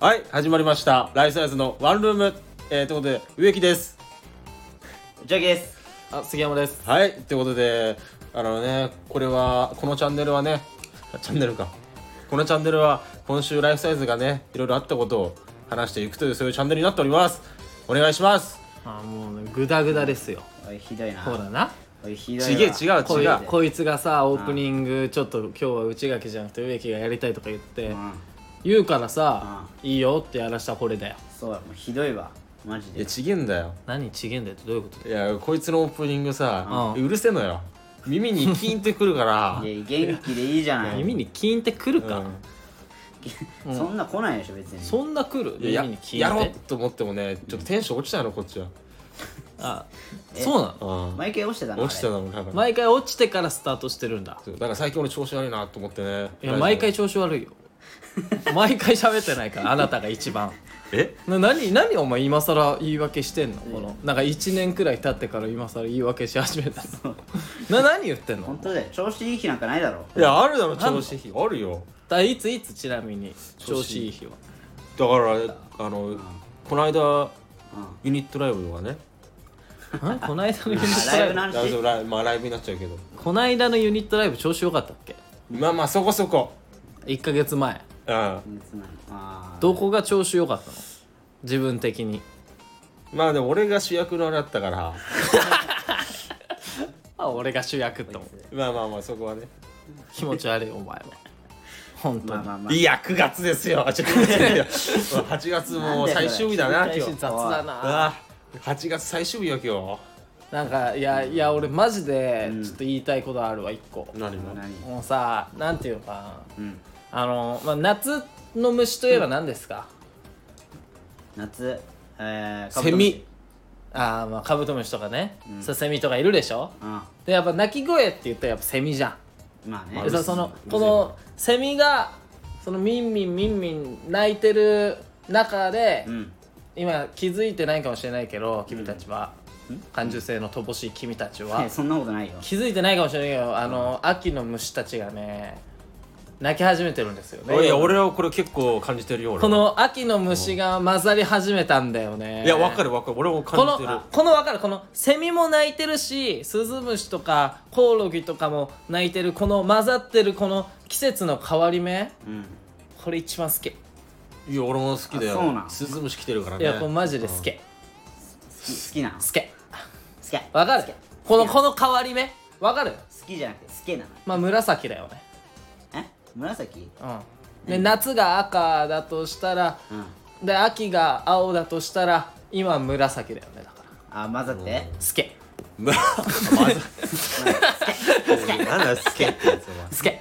はい始まりましたライフサイズのワンルームえー、ということで植木ですジャギです。あ、杉山です。はいということであのねこれはこのチャンネルはねチャンネルかこのチャンネルは今週ライフサイズがねいろいろあったことを話していくというそういうチャンネルになっておりますお願いしますあ、もうね、ぐだぐだですよ。おい、ひどいな。ほらな。おい、ひどいちげえ違う違うこい違こいつがさ、オープニング、ちょっと今日は内垣じゃなくて植木がやりたいとか言って、うん、言うからさ、いいよってやらしたこれだよ。そうだ、もうひどいわ。マジういやで。ちげえんだよ何ちげんだよってどういうことだよいやこいつのオープニングさ、ううんるせえのよ耳にキーンってくるからいや、元気でいいじゃない。耳にキーンってくるか、うんそんな来ないでしょ、別に。そんなくるいや 耳にキーやンっろうて。と思ってもねちょっとテンション落ちたのこっちは、あ、そうなのうん、毎回落ちてたな。落ちたあれのもなんか毎回落ちてからスタートしてるんだ。そうだから最近俺調子悪いなと思ってねいや、毎回調子悪いよ。毎回喋ってないから、あなたが一番。えな何何お前今更言い訳してんのこのなんか1年くらい経ってから今更言い訳し始めたのな何言ってんの本当だよ。調子いい日なんかないだろ。いやあるだろ調子いい日あるよだいついつちなみに調子いい 日はだからあのこの間うん。ユニットライブとかねんこないだのユニットラライイブライブの話ブライブまあライブになっちゃうけどこないだのユニットライブ調子良かったっけまあまあそこそこ1ヶ月前うんつまりあーどこが調子良かったの自分的にまあでも俺が主役のあれだったからあ俺が主役って思うまあまあまあそこはね気持ち悪いお前は本ま当あにまあまあ。いや9月ですよあちょ9月いや8月もう最終日だななんだ今よ日雑だなああ8月最終日よ今なんかいやいや俺マジでちょっと言いたいことあるわ1個日何何もうさなんていうのかなうん。あの、まあ、夏の虫といえば何ですか、夏、えー、カセブトムシミ。ああまあカブトムシとかね、そうセミとかいるでしょうん。までやっぱ鳴き声って言ったらやっぱセミじゃん、あねまあで。さそのうるせえこのセミがそのミンミンミンミン鳴いてる中で、うん。今気づいてないかもしれないけど君たちは、感受性の乏しい君たちは、え そんなことないよ。気づいてないかもしれないけどあの、秋の虫たちがね鳴き始めてるんですよねいや俺はこれ結構感じてるよ俺はこの秋の虫が混ざり始めたんだよねいやわかるわかる俺もこ感のじてるこの分かるこのセミも鳴いてるしスズムシとかコオロギとかも鳴いてるこの混ざってるこの季節の変わり目うん。これ一番好き、いや俺も好きだよあそうなんスズムシ来てるからいねやこれマジで好好き好き好きなの好きき。好分かるこのこの変わり目分かるきじゃなくて、好きなの。まあ紫だよねえ紫うんで夏が赤だとしたらうん。で秋が青だとしたら今は紫だよねだからあ、混ざって。好きまあまずなんだよ好きってやつは好き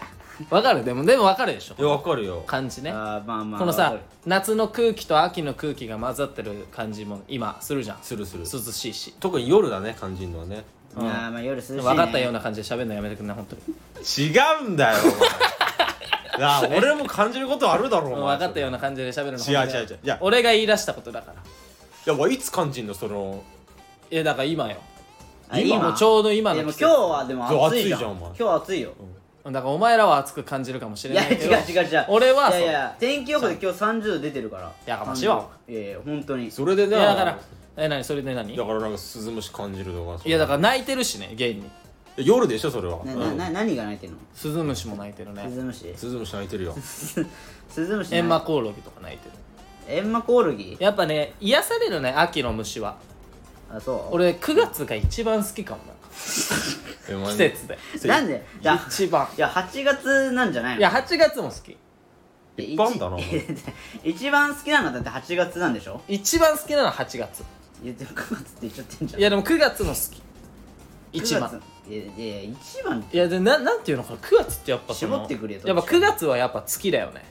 分かるでもでも分かるでしいょやわかるよ感じねあーまあまあこのわかさる夏の空気と秋の空気が混ざってる感じも今するじゃんするする涼しいし特に夜だね感じるのはねあーまあ夜涼しい、ね、分かったような感じで喋るのやめてくんな本当に違うんだよお前なあ俺も感じることあるだろお前分かったような感じで喋るの違う本当に違う違ういや俺が言い出したことだからいやお前いつ感じんのそのえだから今よあ今もうちょうど今でのも季今節日はでも暑いじゃんそう暑いじゃんお前今日は暑いよ、だからお前らは熱く感じるかもしれいやないいけどや違う違う違う俺はいやいや天気予報で今日30度出てるからやかましいわ30いやいや本当にそれでいねやだからえ何それで何だからなんかスズムシ感じるとかいやだからら泣いてるしね現に夜でしょそれはななな何が鳴いてんのスズムシも泣いてるスねズムシスズムシ鳴い てるよスズムシエンマコオロギとか泣いてるエンマコオロギやっぱね癒されるね秋の虫はあそう俺9月が一番好きかもな季季節で なんでいや一番いや8月なんじゃないのいや8月も好きいや一般だな一一番好きなのだって8月なんでしょ一番好きなのは8月言って9月って言っちゃってんじゃんいやでも9月も好き一9番月いやいやいや一番いやでななんていうのかな9月ってやっぱその絞ってくれよやっぱ9月はやっぱ月だよね、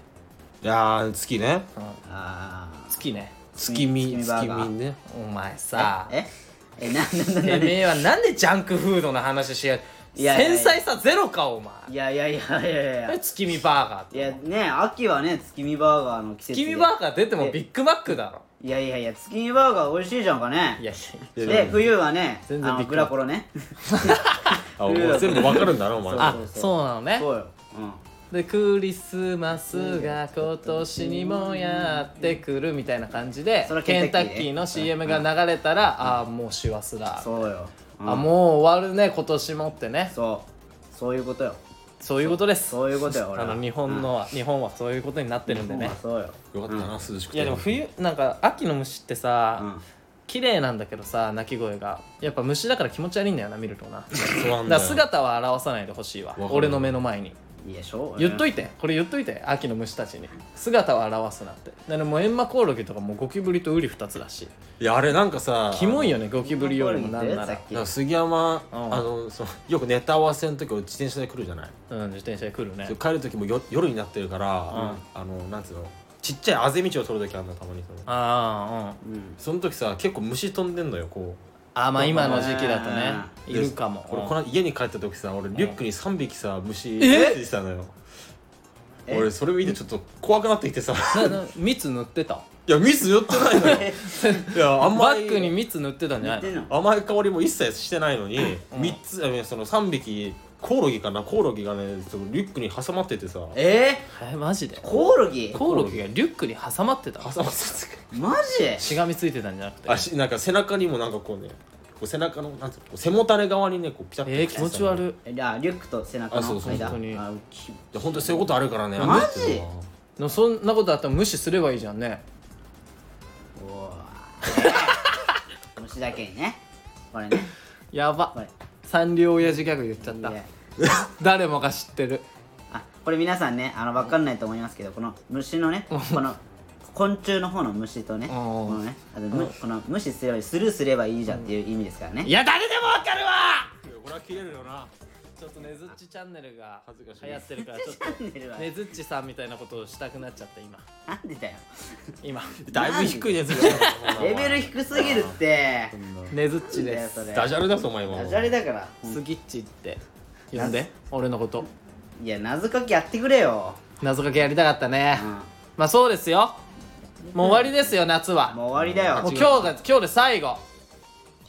いやー月ねうん、あ月ね月見月見月バーガー見ねお前あさええなななてななめえはなんでジャンクフードの話しやいやいやいや繊細さゼロかお前いやいやいやいやいやえ月見バーガーっいてやね秋はね月見バーガーの季節月見バーーガー出てもビッグマックだろいやいやいや月見バーガー美味しいじゃんかいねやいやいやいやで冬はね全然あのびっくりグラコロねあもう全部わかるんだなお前そうあそうなのねそうよ、うん、でクリスマスが今年にもやってくるみたいな感じでそれはケケンンタタッッキキーーねの CM が流れたら、ああもう師走だそうよ、うんあもう終わるね今年もってねそうそういうことよそういうことですそういうことよ俺あはの日本のは、日本はそういうことになってるんでねまあそうよよかったな、涼しくていやでも冬なんか秋の虫ってさ、うん綺麗なんだけどさ鳴き声がやっぱ虫だから気持ち悪いんだよな見るとなそうなんだだからよ姿は表さないでほしいわかる俺の目の前にいいでしょ言っといいてこれ言っといて秋の虫たちに姿を表すなってだからもうエンマコオロギとかもうゴキブリとウリ二つだしいやあれなんかさキモいよねゴキブリよりもなんなさっらきなんか杉山、うんあのそのよくネタ合わせの時俺自転車で来るじゃない、うん自転車で来るね帰る時もよ夜になってるから、あのなんつうのちっちゃいあぜ道を取る時あんのたまにそのああうんうんその時さ結構虫飛んでんのよこあーまあ今の時期だとねういいるかも俺この家に帰った時さ俺リュックに3匹さ虫えついてたのよえ俺それ見てちょっと怖くなってきてさ なな蜜塗ってたいやミス寄ってないの よいやバ甘ッいグに蜜塗ってたんじ言っゃないてのんの甘い香りも一切してないのに、三つあいやその3匹コオロギかなコオロギがねそのリュックに挟まっててさええマジでー、コオロギコオロギがリュックに挟まってた挟まっててマジしがみついてたんじゃなくてあしなんか背中にもなんかこうねこう背中のなんつうのこう背もたれ側にねこうピタッとえー、気持ち悪いじゃあリュックと背中のあ間そうそう本当にあきいや本当にそういうことあるからねマあジの人はでもそんなことあったら無視すればいいじゃんねおー虫だけにねこれねやこばれサンリオ親父ギャグ言っちゃったいいね誰もが知ってるあこれ皆さんねあの分かんないと思いますけどこの虫のねこの昆虫の方の虫とねんこのねあとむこの無視すればいいスルーすればいいじゃんっていう意味ですからね いや誰でもわかるわこれは切れるよなちょっとねずっちチャンネルが恥ずかしい流行ってるからちょっチャンネルはとねずっちさんみたいなことをしたくなっちゃった今なんでだよ今だいぶ低いねずっとレベル低すぎるって ねずっなちんだでよすそれダダジャレだぞお前今ジャレだからスギッチって呼んで俺のこといや謎かけやってくれよ謎かけやりたかったねうんまあそうですよもう終わりですよ夏はもう終わりだもよう今日が今日で最後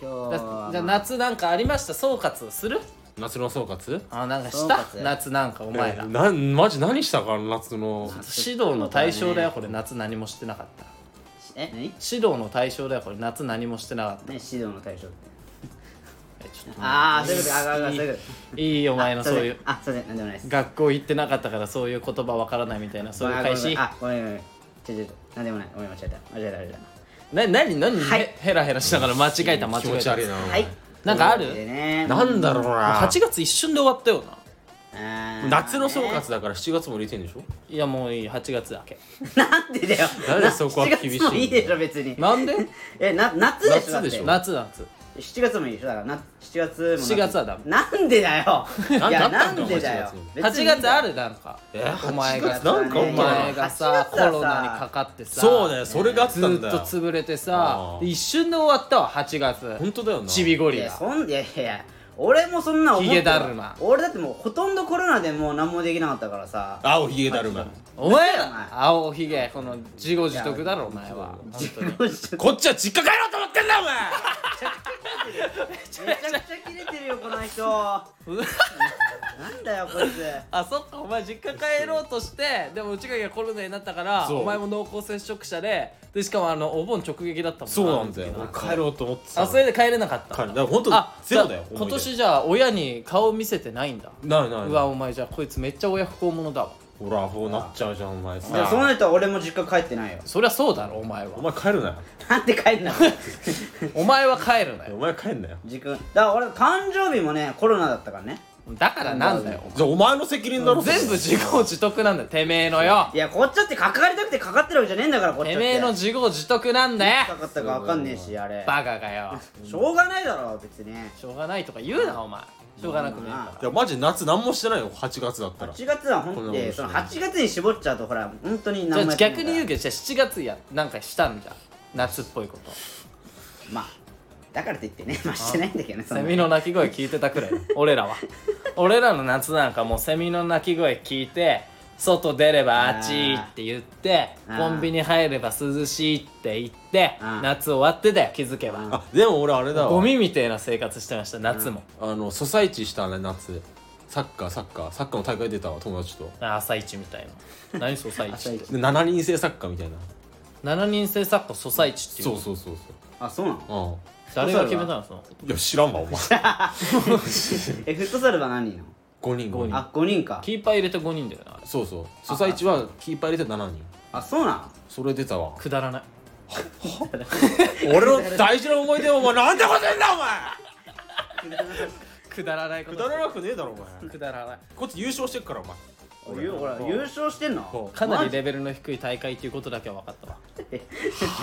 今日はだじゃあまあ夏なんかありました総括する夏の総括あなんかし総た括夏なんかお前らえなんマジ何したか夏の指導の対象だよこれ夏何もしてなかったえ何ね指導の対象だよこれ夏何もしてなかった指導の対象ってえちょっああそういうことあああそういうことといいよお前のあすそませんういうあすいませんなんでもないです学校行ってなかったからそういう言葉わからないみたいなそういう返しあごめんごめんごめんちょちょちょなんでもないごめん間違えた間違えた間違えな何何はいへヘラヘラしながら間違えた間違気持えちた悪いなたはいなんかあとるいうことでねなんだろうな8月一瞬で終わったよなあー夏の総括だから7月も入れてんでしょいやもういい8月だけなんでだよなんでそこは厳しいんだ7月もいいでしょ別になんで えな夏でしょ夏でしょだっ夏夏て7月もいいでしょだからな7月も夏7月はダメなんでだよいなやんだったなんだよんでだよ8 8月あるるなんかえーお前が8月なんかおお前前がさ8コ月はさロナにかかってさそうだよそれがあっずたんーっだとよ潰れてさあー一瞬で終わったわ8本月当だよなちびゴいリやラそんいやいやいや俺もそんな思ってヒゲだるま俺だってもうほとんどコロナでもう何もできなかったからさ青ひげだるまお前お前ら青ひげこの自業自得だろお前は自業自得 こっちは実家帰ろうと思ってんだお前めちゃくちゃ切れてるよこの人なんだよこいつあそっかお前実家帰ろうとしてでもうちがコロナになったからそうお前も濃厚接触者ででしかもあのお盆直撃だったもんそうなんだよ俺帰ろうと思ってたあそれで帰れなかった帰るんだだから本当あゼロだよじゃあ思い出今年じゃあ親に顔見せてないんだないないうなわいお前じゃあこいつめっちゃ親不孝者だわほらこうなっちゃうじゃんお前いやさそうなると俺も実家帰ってないよそりゃそうだろお前おは前帰るなよなんで帰んなのお前は帰るなよお前帰んなよ時間だから俺誕生日もねコロナだったからねだからなんだよじゃあお前の責任だろ全部自業自得なんだよてめえのよいやこっちだってかかりたくてかかってるわけじゃねえんだからこっちだっててめえの自業自得なんだよかかったかわかんねえしあれバカがよしょうがないだろ別にしょうがないとか言うなお前しょうがなくねえからいやマジ夏何もしてないよ8月だったら8月はほこんんなともんにその8月に絞っちゃうとほら本当にじゃ何もあやってないか逆らに言うけどじゃあ7月やなんかしたんじゃん夏っぽいことまあだからといってねまあしてないんだけどねそんセなミの鳴き声聞いてた くらい俺らは俺らの夏なんかもうセミの鳴き声聞いて外出ればあっちーって言ってあーコンビニ入れば涼しいって言ってあー夏終わってたよ気づけばあでも俺あれだゴわミみたいな生活してました夏もあのソサイチしたね夏サッカーサッカーサッカーの大会出たわ友達とあ朝一みたいな何ソサイ朝チって一で7人制サッカーみたいな7人制サッカーソサイチっていうそうそうそうあそうなのそう誰が決めたのそのうんいや知らんわお前えフットサルは何人なの5人5人あ5人かキーパー入れて5人だよなあれそうそうソサイチはキーパー入れて7人あそうなのそれ出た わくだらない俺の大事な思い出をお前なんてこと言んだお前 くだらないことくだらなくねえだろお前くだらないこっち優勝してっからお前おゆほら優勝してんのかなマりジレベルの低い大会っていうことだけは分かった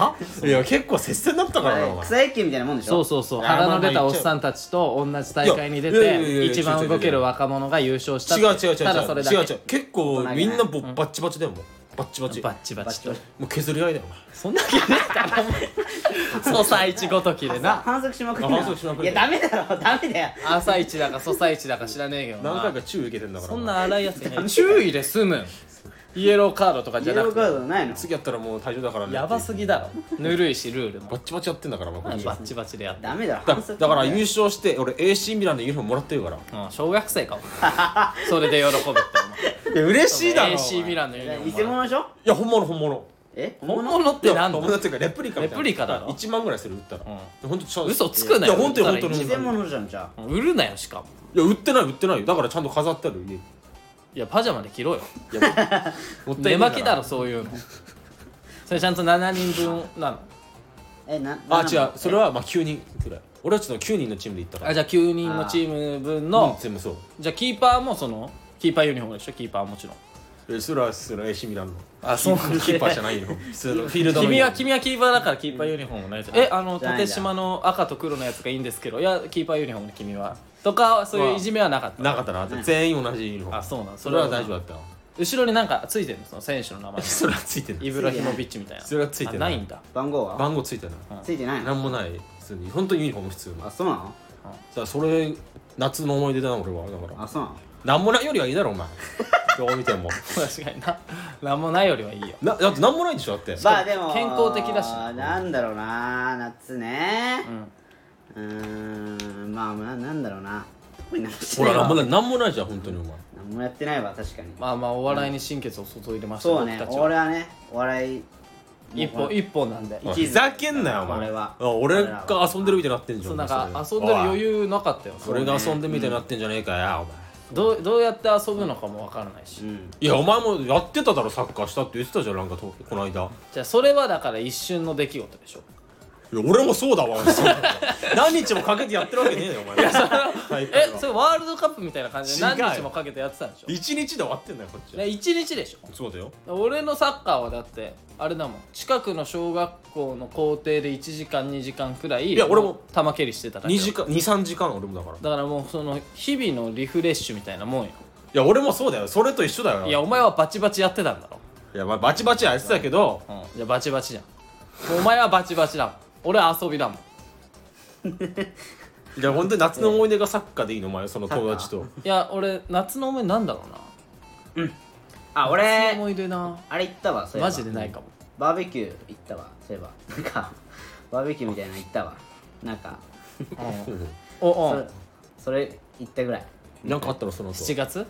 わはいや結構接戦だったからなお前草野球みたいなもんでしそょうそうそういやまあ腹まあの出たおっさんたちと同じ大会に出いやいやいやいてや一番動ける若者が優勝した違う違う違う違うただそれだけ違う違う結構みんなぼバッチバチだよもうバッチバチバッチバチともう削り合いだよお前そんな気ねえだろお前ソサイチごときでな反則しまくってあ反則しまくっていやダメだろダメだよ朝一だかソサイチだか知らねえけどな何回か注意受けてんだからそおん前な荒いやついない注意で済むイエローカードとかイじエゃなローくカてードないの次やったらもう退場だからねやばすぎだろぬるいしルールバもッチバチやってんだからお前こバっちはッチバチでやってダメだろだ反則だから優勝して俺 AC ミランのユニフォームもらってるからうん小学生かもそれで喜ぶっていや嬉しいだろ AC ミンランのユニフォーム偽物でしょいや本物本物え本物ってなんだ本物っていうかレプリカみたいなレプリカだろ1万ぐらいする売ったらう本当ちゃんと嘘つくなよいや本当に売っ本た当らに偽物じゃんじゃあ売るなよしかもいや売ってない売ってないよだからちゃんと飾ってある家にいやパジャマで着ろよいやももったい寝ない巻きだろそういうのそれちゃんと7人分なのえなあな違うそれはまあ9人ぐらい俺たちの9人のチームで行ったからあじゃあ9人のチーム分のうん全部そうじゃあキーパーもそのキーパーユニフォームでしょキーパーはもちろんえそれはそれは AC ミランのあそうキーパーじゃないよ普通のフィールドの君は君はキーパーだからキーパーユニフォームのやつえあのじゃないんだ縦島の赤と黒のやつがいいんですけどいやキーパーユニフォームの君はとかそういういじめはなかったなかったな全員同じユニフォームあそうなんそれは大丈夫だったわ後ろになんかついてるのその選手の 名前それはついてるイブラヒモビッチみたいなそれはついてあなないいんだ番号は番号ついてないついてないのなんもない普通に本当にユニフォーム普通のあそうなのさあそれ夏の思い出だな俺はだからあそうなのなんもないよりはいいだろお前どう見ても確かにな何もないよりはいいよなだってなんもないでしょだってまあでも健康的だしなんだろうな夏ねうんうーんまあまあなんだろうな特に何もしてほないらなんもわないなんもないじゃん本当にお前何もやってないわ確かにまあまあお笑いに心血を注いでましたそうね僕たちは俺はねお笑い一もう本一本なんでおいふざけんなよお前俺はおい俺が遊んでるみたいになってんじゃんそうおなん前かそ遊れんでる余裕なかったよなおい俺が遊んでるみたいになってんじゃねえかよお前どうどうやって遊ぶのかもわからないし、うんいやお前もやってただろサッカーしたって言ってたじゃんなんかとこの間じゃあそれはだから一瞬の出来事でしょいや俺もそうだわお前 何日もかけてやってるわけねえよお前大会えはそれワールドカップみたいな感じで違うよ何日もかけてやってたんでしょ一日で終わってんだよこっちはね一日でしょそうだよ俺のサッカーはだってあれだもん近くの小学校の校庭で1時間2時間くらいいや俺も玉蹴りしてただけ2よ時間23時間俺もだからいだからもうその日々のリフレッシュみたいなもんよや俺もそうだよそれと一緒だよいやお前はバチバチやってたんだろ、いやまあバチバチはやってたけどうん、じゃあバチバチじゃんもうお前はバチバチだもん俺は遊びだもんいや本当に夏の思い出がサッカーでいいのお前その友達といや俺夏の思い出なんだろうなあ夏俺の思い出なあれ行ったわそういえばマジでないかもバーベキュー行ったわそういえばなんかバーベキューみたいなの行ったわなんかおそおれそれ行ったぐらいなんかあったのその後7月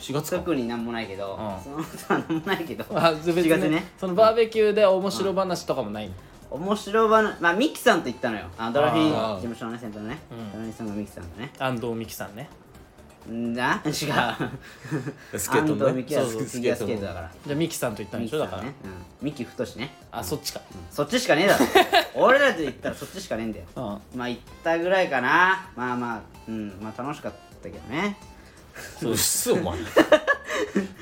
4月か特になんもないけど、うんそのことはなんもないけど あ別7月ねにねそのバーベキューで面白話とかもないの面白話まあミキさんと行ったのよあドラフィーあー事務所のね先輩のね、ドラフィーさんがミキさんとね安藤美樹さんねんな 違うスケスケートのねミキはそうそう次はスケートだからじゃあ美樹さんと行ったんミでしキょださかんらね、うん、ミキ太しねあそっちかそっちしかねえだろ俺らで行ったらそっちしかねえんだようんまあ行ったぐらいかなまあまあうんまあ楽しかったけどねうっすお 前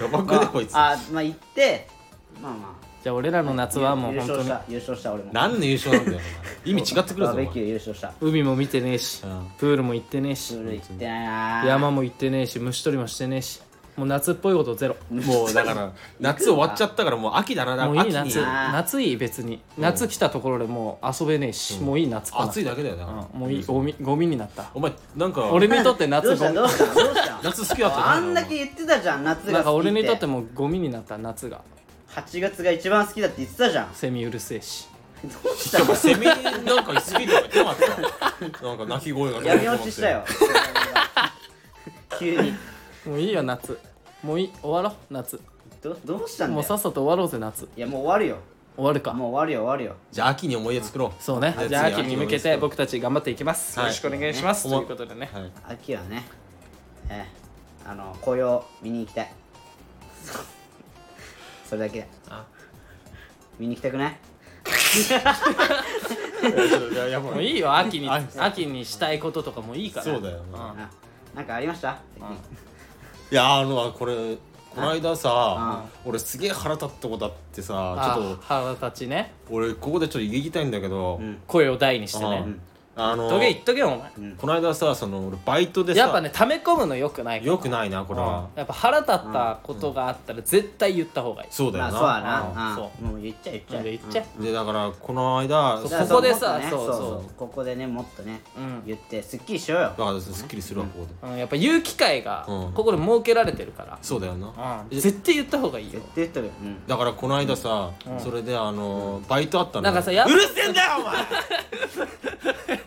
やばくねこいつまああまあ行ってまあまあじゃあ俺らの夏はもう優本当勝しにた優勝した俺も何の優勝なんだよお前意味違ってくるぞバおーベキュ前ー優勝した海も見てねえしうんプールも行ってねえしそれ行ってないなー山も行ってねえし虫取りもしてねえしもう夏っぽいことゼロもうだから夏終わっちゃったからもう秋だなもういい秋夏にな夏いい別に夏来たところでもう遊べねえしもういい夏かな暑いだけだよなうんもういいゴミゴミになったお前なんか俺にとってど夏うしゴたミどうしたどうした 夏好きだったよなあんだけ言ってたじゃん夏が好きってなんか俺にとってもゴミになった夏が8月が一番好きだって言ってたじゃんセミうるせえしどうしいやたお前セミなんか好きとか言ってなかったなんか鳴き声が 闇落ちしたよ急にもういいよ夏もういい終わろう夏どどうしたんもうださよっさと終わろうぜ夏いやもう終わるよ終わるかもう終わるよ終わるよじゃあ秋に思い出作ろうそうねはいじゃあ次秋に向けて僕たち頑張っていきます、はいよろしくお願いします、ねということでねはい、秋はねええあの紅葉見に行きたい それだけだあ見に行きたくないいややばもういいいよ秋にはい秋にしたいこととかもいいからそうだよんなあなんかありましたいやあのこれこの間さあ俺すげえ腹立ったことあってさあちょっ腹立ちねと俺ここでちょっと言いたいんだけど、ん声を大にしてあねあのトゲ言っとけよお前この間さその俺バイトでさやっぱね溜め込むのよくないからよくないなこれは、やっぱ腹立ったことがあったら絶対言った方がいい、そうだよまあな、そうやなうんあそもう言っちゃえ言っちゃなんでえ言っちゃえ、でだからこの間そうだだからここでさもっとねそうそうここでねもっとねうん言ってすっきりしようよからすっきりするわここで、うんやっぱ言う機会がうんここで設けられてるから、そうだよな、うんで絶対言った方がいいよ絶対言っとるようんだからこの間さ、それであのバイトあったのなんかさやっうるせえんだよお前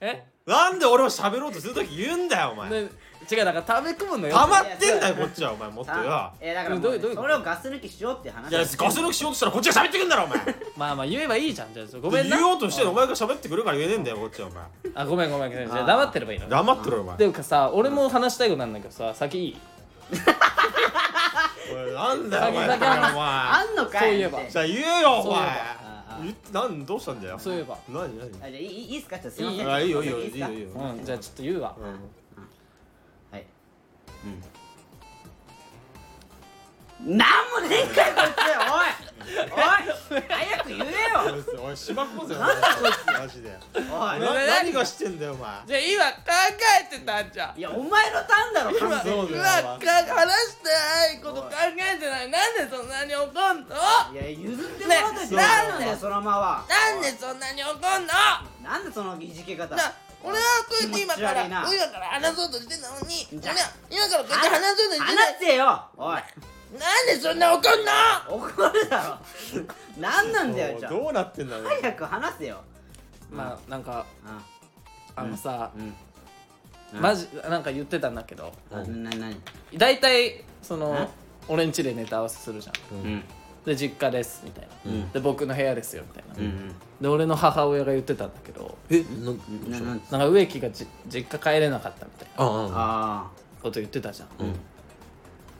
えなんで俺を喋ろうとするとき言うんだよお前ね違うだから溜め込むのよ溜まってんだよこっちはお前もっとよあえだからもどうういうどういうねそれをガス抜きしようっていう話いやガス抜きしようとしたらこっちが喋ってくんだろお前まあまあ言えばいいじゃんじゃあごめんな言おうとしてるお前が喋ってくるから言えねえんだよこっちはお前あごめんごめんごめんじゃあ黙ってればいいの黙ってろよお前でもかさ俺も話したいことなんだけどさ先いいおいなんだよお前先々お前あんのかいそういえばみたじいゃあ言えよおそういえば前ああ言ってなんどうしたんだよそういえば何何なあじゃあいいいいっすかちょっとすいませんあいいよいいよいっすいかよいいようんじゃあちょっと言うわうんはいうんなんもねえんかいこいつおいおい早く言えよおい、しまっこぜ。マジで。おいな何がしてんだよ、お前。じゃあ今考えてたんじゃんいやお前のターンだろ完全そにうだよ今か話してないこと考えてないなんでそんなに怒んのいや譲ってもらったなんねだそうだよよそのままはなんでそんなに怒んのなんでそのいじけ方な俺はこうやって今から気持ち悪いな今から話そうとしてたのに俺じゃは今からこうやって話そうとして話せよおいたなんでそんな怒んの怒るだろなんなんだよじゃあどうなってんだろう。早く話せよまあなんかああのさうんマジなんか言ってたんだけどあななに大体そのん俺ん家でネタ合わせするじゃんうんで実家ですみたいな、んで僕の部屋ですよみたいうな、んで俺の母親が言ってたんだけどえ、うんななんなんか植木がじ実家帰れなかったみたいなああ、ああこと言ってたじゃん、ん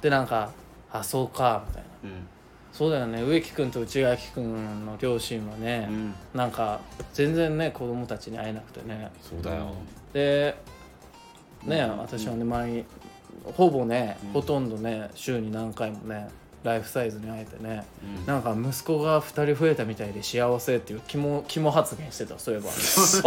でなんか「あそうか」みたいなあうん「そうだよね植木君と内垣君の両親はね、うんなんか全然ね子供たちに会えなくてねそうだよ。でね私はね毎日ほぼね、ほとんどね週に何回もねライフサイズに会えてね、なんか息子が2人増えたみたいで幸せっていう肝肝発言してた そういえば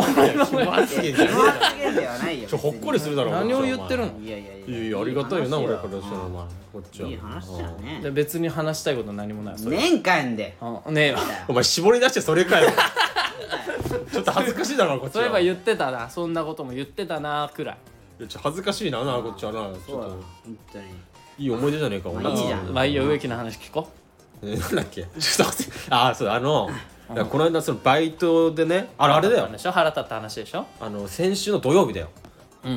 その発言ではないよちょ、ほっこりするだろ。何を言ってるの別にいやいやいいややいや、ありがたいよな、話だ俺からしたら、お前。こっちは。いい話だよねで別に話したいこと何もないそれ年間であねえわお前、絞り出してそれかよ。 ちょっと恥ずかしいだろ、こっちそうは。いえば言ってたなそんなことも言ってたなくらいいやちょっと恥ずかしいな、な、こっちはな。ちそうょっだと、本当にいい思い出じゃねえか、おいいじゃんまあいいよ植木の話聞こえなんだっけちょっと忘れああ、そう、あの、この間、そのバイトでね、あれあれだうよ。でしょ腹立った話でしょあの、先週の土曜日だよ。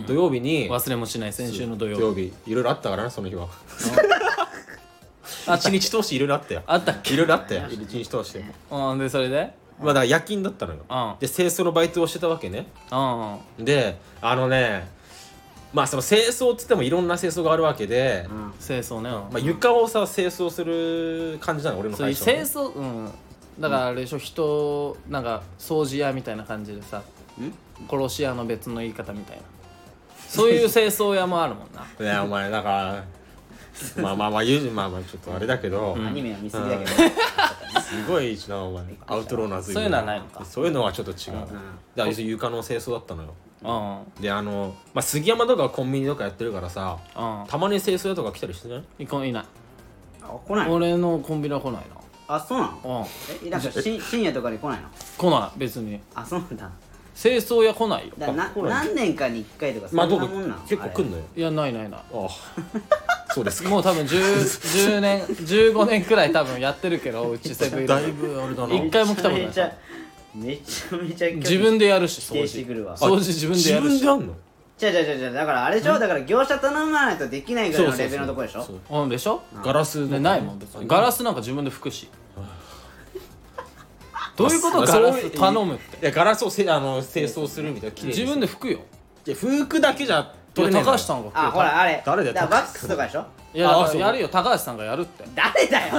土曜日に、忘れもしない先週の土曜日いろいろあったからなその日は 一日通していろいろあったよあったっけいろいろあったよ一日通してうんでそれでまあだから夜勤だったのようんで清掃のバイトをしてたわけねうんうんであのねまあその清掃っつってもいろんな清掃があるわけで、うん清掃ねまあ、床をさ清掃する感じなの俺のそうい会う社はね清掃うんだからあれでしょ人なんか掃除屋みたいな感じでさ殺し屋の別の言い方みたいなそういう清掃屋もあるもん なねお前だからまあまあまあ言うまあまあちょっとあれだけど、アニメは見すぎだけどすごいしなお前アウトローな随そういうのはないのかそういうのはちょっと違う、だから要するに床の清掃だったのようんうんであの、まあ、杉山とかはコンビニとかやってるからさたまに清掃屋とか来たりしてないいこいないあ来ない俺のコンビニは来ないあそうなのなうんえなんかし深夜とかに来ないの来ない別にあそうなんだ清掃屋来ないよだからなあ来ない何年かに1回とかそんまなあどもこんなの結構来んのよいやないないないああそうですかもう多分 10, 10年15年くらい多分やってるけどうちセブンイレだブいンぶあれだな一回も来たことないめちゃめちゃめちゃめちゃ自分でやるし否掃定してく除るわ掃除自分で自やる分しでやんの違う違う違う違うだからあれでしょだから業者頼まないとできないぐらいのそうそうそうレベルのとこでしょそううんでしょガラスねないもん別にガラスなんか自分で拭くしどういうことあガラそういスう頼むっていやガラスをせあの清掃するみたいな綺麗に自分で拭くよいや服だけじゃいやねえの高橋さんが拭くよあほらあれ誰だよだからワックスとかでしょいやだあかそらうやるよ高橋さんがやるって誰だよ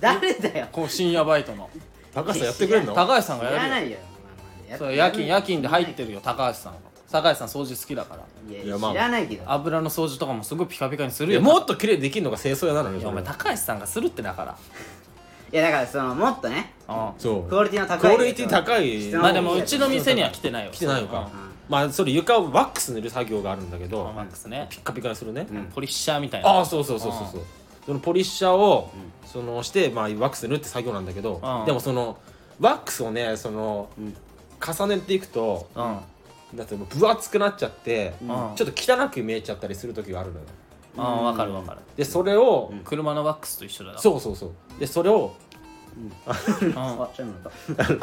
誰だよこう深夜バイトの高橋さんやってくれんの高橋さん知がやらるよないよまあまあやっそう夜勤夜勤で入ってるよ高橋さんが高橋さん掃除好きだからいやいやまあ知らないけど油の掃除とかもすごいピカピカにすいるやよもっと綺麗にできるのが清掃屋なのいやお前よ高橋さんがするってだからいやだからそのもっとねうんそうクオリティの高いクオリティ高い質のまあでもうちの店には来てないよ来てないのかうんまあそれ床をワックス塗る作業があるんだけどマックスねピッカピカにするねポリッシャーみたいなああそうそうそうそうそうそのポリッシャーをそのしてまあワックス塗るって作業なんだけどうんでもそのワックスをねその重ねていくとうんだってもう分厚くなっちゃってうんちあちょっと汚く見えちゃったりする時があるのよあわかるわかるでそれを車のワックスと一緒だなそうそうそうでそれをうんあちょっと待っ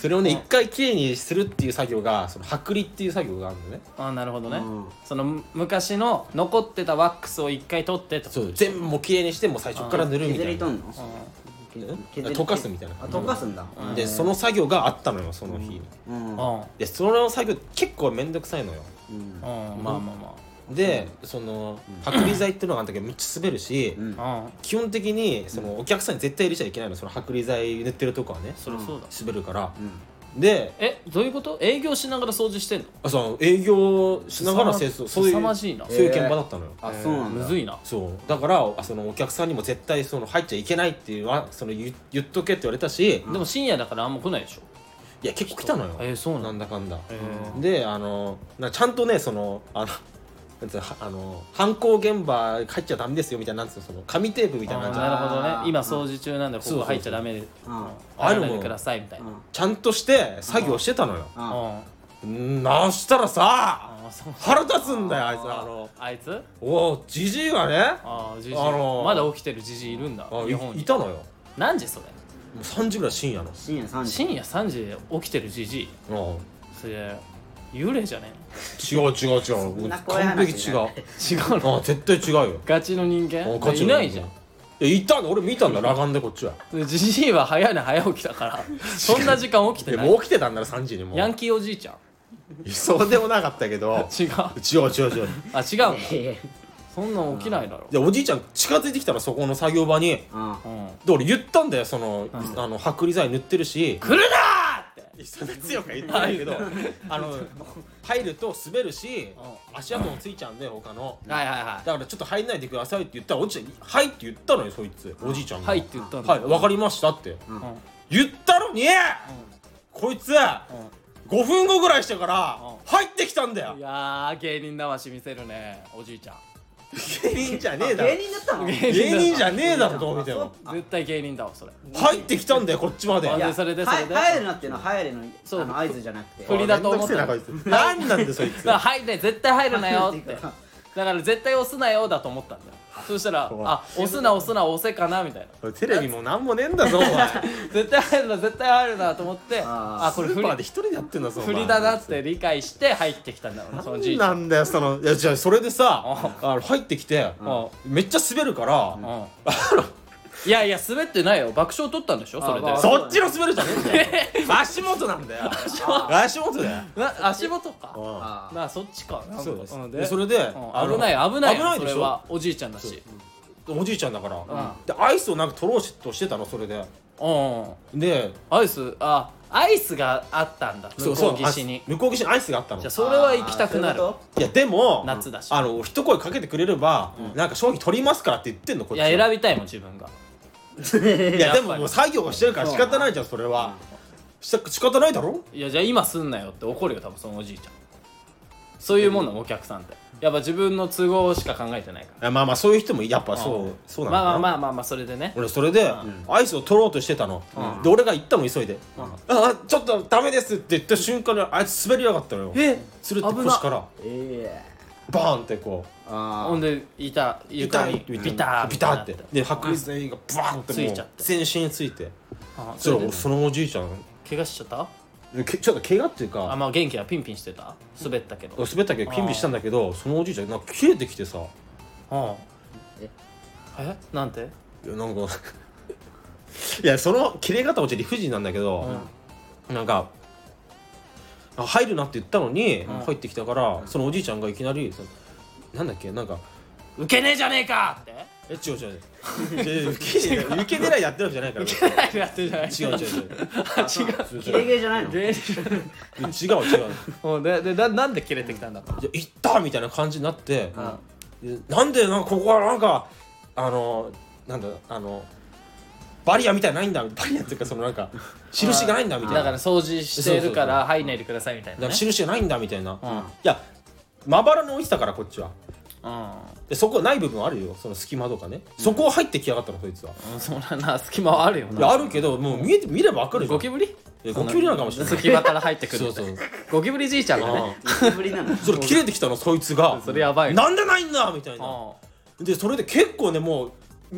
それをねうん一回きれいにするっていう作業がその剥離っていう作業があるのねああなるほどたねうんそのむ昔の残ってたワックスを一回取ってとそう全部もうきれいにしてもう最初から塗るみ削たりい取なんの削えり溶かすみたいなあ溶かすんだんでその作業があったのよその日にうんうんうんでその作業結構めんどくさいのようんうんまあまあまでその剥離剤っていうのがあったけどめっちゃ滑るしうんあうん基本的にそのお客さんに絶対入れちゃいけないのその剥離剤塗ってるとこはねそりゃそうだ滑るからでえどういうこと営業しながら掃除してんのあその営業しながら清掃そういう凄まじいなそういう現場だったのよあそうなんだむずいなそうだからあそのお客さんにも絶対その入っちゃいけないっていうのはその言言っとけって言われたし、でも深夜だからあんま来ないでしょいや結構来たのよ、えーそうななんんだだかんだ、ーであのなちゃんとねそのあのなんつうのはあの犯行現場入っちゃダメですよみたいななんつうのその紙テープみたいなあ感ーじあでなるほどあねー今掃除中なんでこそうそうそこう入っちゃダメでうんあるもん入らないでくださいみたいなううんんちゃんとして作業してたのよ、あなしたらさあーそう腹立つんだよあいつあのあいつおおじじいがねああじじいあのーまだ起きてるじじいいるんだあ日本いにいたのよも何時それう3時ぐらい深夜の深夜3時深夜3時で起きてるじじいうんそれ幽霊じゃね違う違う違うな怖い話完璧違うえ違うのあ絶対違うよガチの人間あガチいのないじゃんやいたんだ俺見たんだ裸眼でこっちはでじじいは早寝早起きだからそんな時間起きてでなもいう起きてたんだら3時にもうヤンキーおじいちゃんそうでもなかったけど違う違う違う違うあ違うんだいやいやそんなん起きないだろでおじいちゃん近づいてきたらそこの作業場にでうんうん俺言ったんだよその、んあの剥離剤塗ってるし来るなーってそんな強くは言ってないけどあの入ると滑るし足跡もついちゃうんで他のはいはいはだからちょっと入んないでくださいって言ったらおじいちゃん「はい」って言ったのよそいつおじいちゃんいがはいって言ったんだはいわかりました」ってうんうん言ったのに、こいつ5分後ぐらいしてからう入ってきたんだよいやー芸人魂見せるねおじいちゃん芸人じゃねえだろ芸人だった の芸芸人じゃゃねえだろどう見ても絶対芸人だわそれ入ってきたんだよこっちまでいやそれでそれでは入るなっていうのは入るのそうあの合図じゃなくて振りだと思ったあめんどくせえなこいつ何なんだよそ いつだから入れ絶対入るなよっ入るてっていうかだから絶対押すなよだと思ったんだよそしたらそうあ押すな押すな押せかなみたいなテレビもなんもねえんだぞお前絶対入るな絶対入るなと思ってあーあこれス振ーりパーで一人でやってんだぞお振前りだなって理解して入ってきたんだろうなそのじいちゃなんんだよそのいやじゃあそれでさあの入ってきてめっちゃ滑るからうんいやいや滑ってないよ爆笑取ったんでしょそれあでまあそっちの滑るじゃねえんだ よ足元なんだよ足元だよ な足元かうんあまあそっちかなんかそうですんでそれであうんの危ないよ危ないよ危ないそでれしょはおじいちゃんだしおじいちゃんだから、でアイスをなんか取ろうとしてたのそれでうんでアイスあアイスがあったんだ向こう岸にあ向こう岸にアイスがあったのじゃあそれは行きたくあなるーそういうこいやでも夏だしあの一声かけてくれれば、なんか商品取りますからって言ってんのこっいちやは選びたいもん自分がいやでやっぱもりもう作業をしてるから仕方ないじゃんそれは、した仕方ないだろいやじゃあ今すんなよって怒るよ多分そのおじいちゃんそういうもんなのお客さんってやっぱ自分の都合しか考えてないかいやまあまあそういう人もやっぱらそうそうなんだまあなまあまあまあまあそれでね俺それで、アイスを取ろうとしてたの、で俺が行ったの急いで、ああちょっとダメですって言った瞬間にあいつ滑りやがったのよえつるって腰からとええバーンってこうあほんでいた床にビタービターってみたいになで白衣全員がバーンってもうついちゃって全身についてあそそれれでそのおじいちゃん怪我しちゃったけちょっと怪我っていうあかまあ元気はピンピンしてた滑ったけど、うん、滑ったけどピンピンしたんだけどそのおじいちゃんなんか切れてきてさええなんていやなんか いやその切れ方もちょっと理不尽なんだけど、なんかあ入るなって言ったのに、ん入ってきたから、そのおじいちゃんがいきなりそのなんだっけなんか「ウケねえじゃねえか!」って「え違う 違う違う受け狙い受け狙いやってるわけじゃないからウケないのやってるじゃない」違う違う違う違う切れ毛じゃないので違う違ううんででななんで切れてきたんだといや行ったみたいな感じになって、でなんでなんかここはなんかあのなんだあのバリアみたいなのないんだバリアっていうかそのなんか印がないんだみたいなだから掃除してるかそうそうら「はい寝てください」みたいだかならね印がないんだみたいな、んいやまばらに置いてたからこっちはうでそこない部分あるよその隙間とかね、そこを入ってきやがったのこいつは、んそんなな隙間はあるよいやなあるけどもう見えて見ればわかるじゃんゴキブリいやゴキブリなのかもしれない隙間から入ってくるそうそうゴキブリじいちゃんがあねゴキブリなのそれ切れてきたのそいつがそれやばいなんでないんだみたいなうでそれで結構ねもう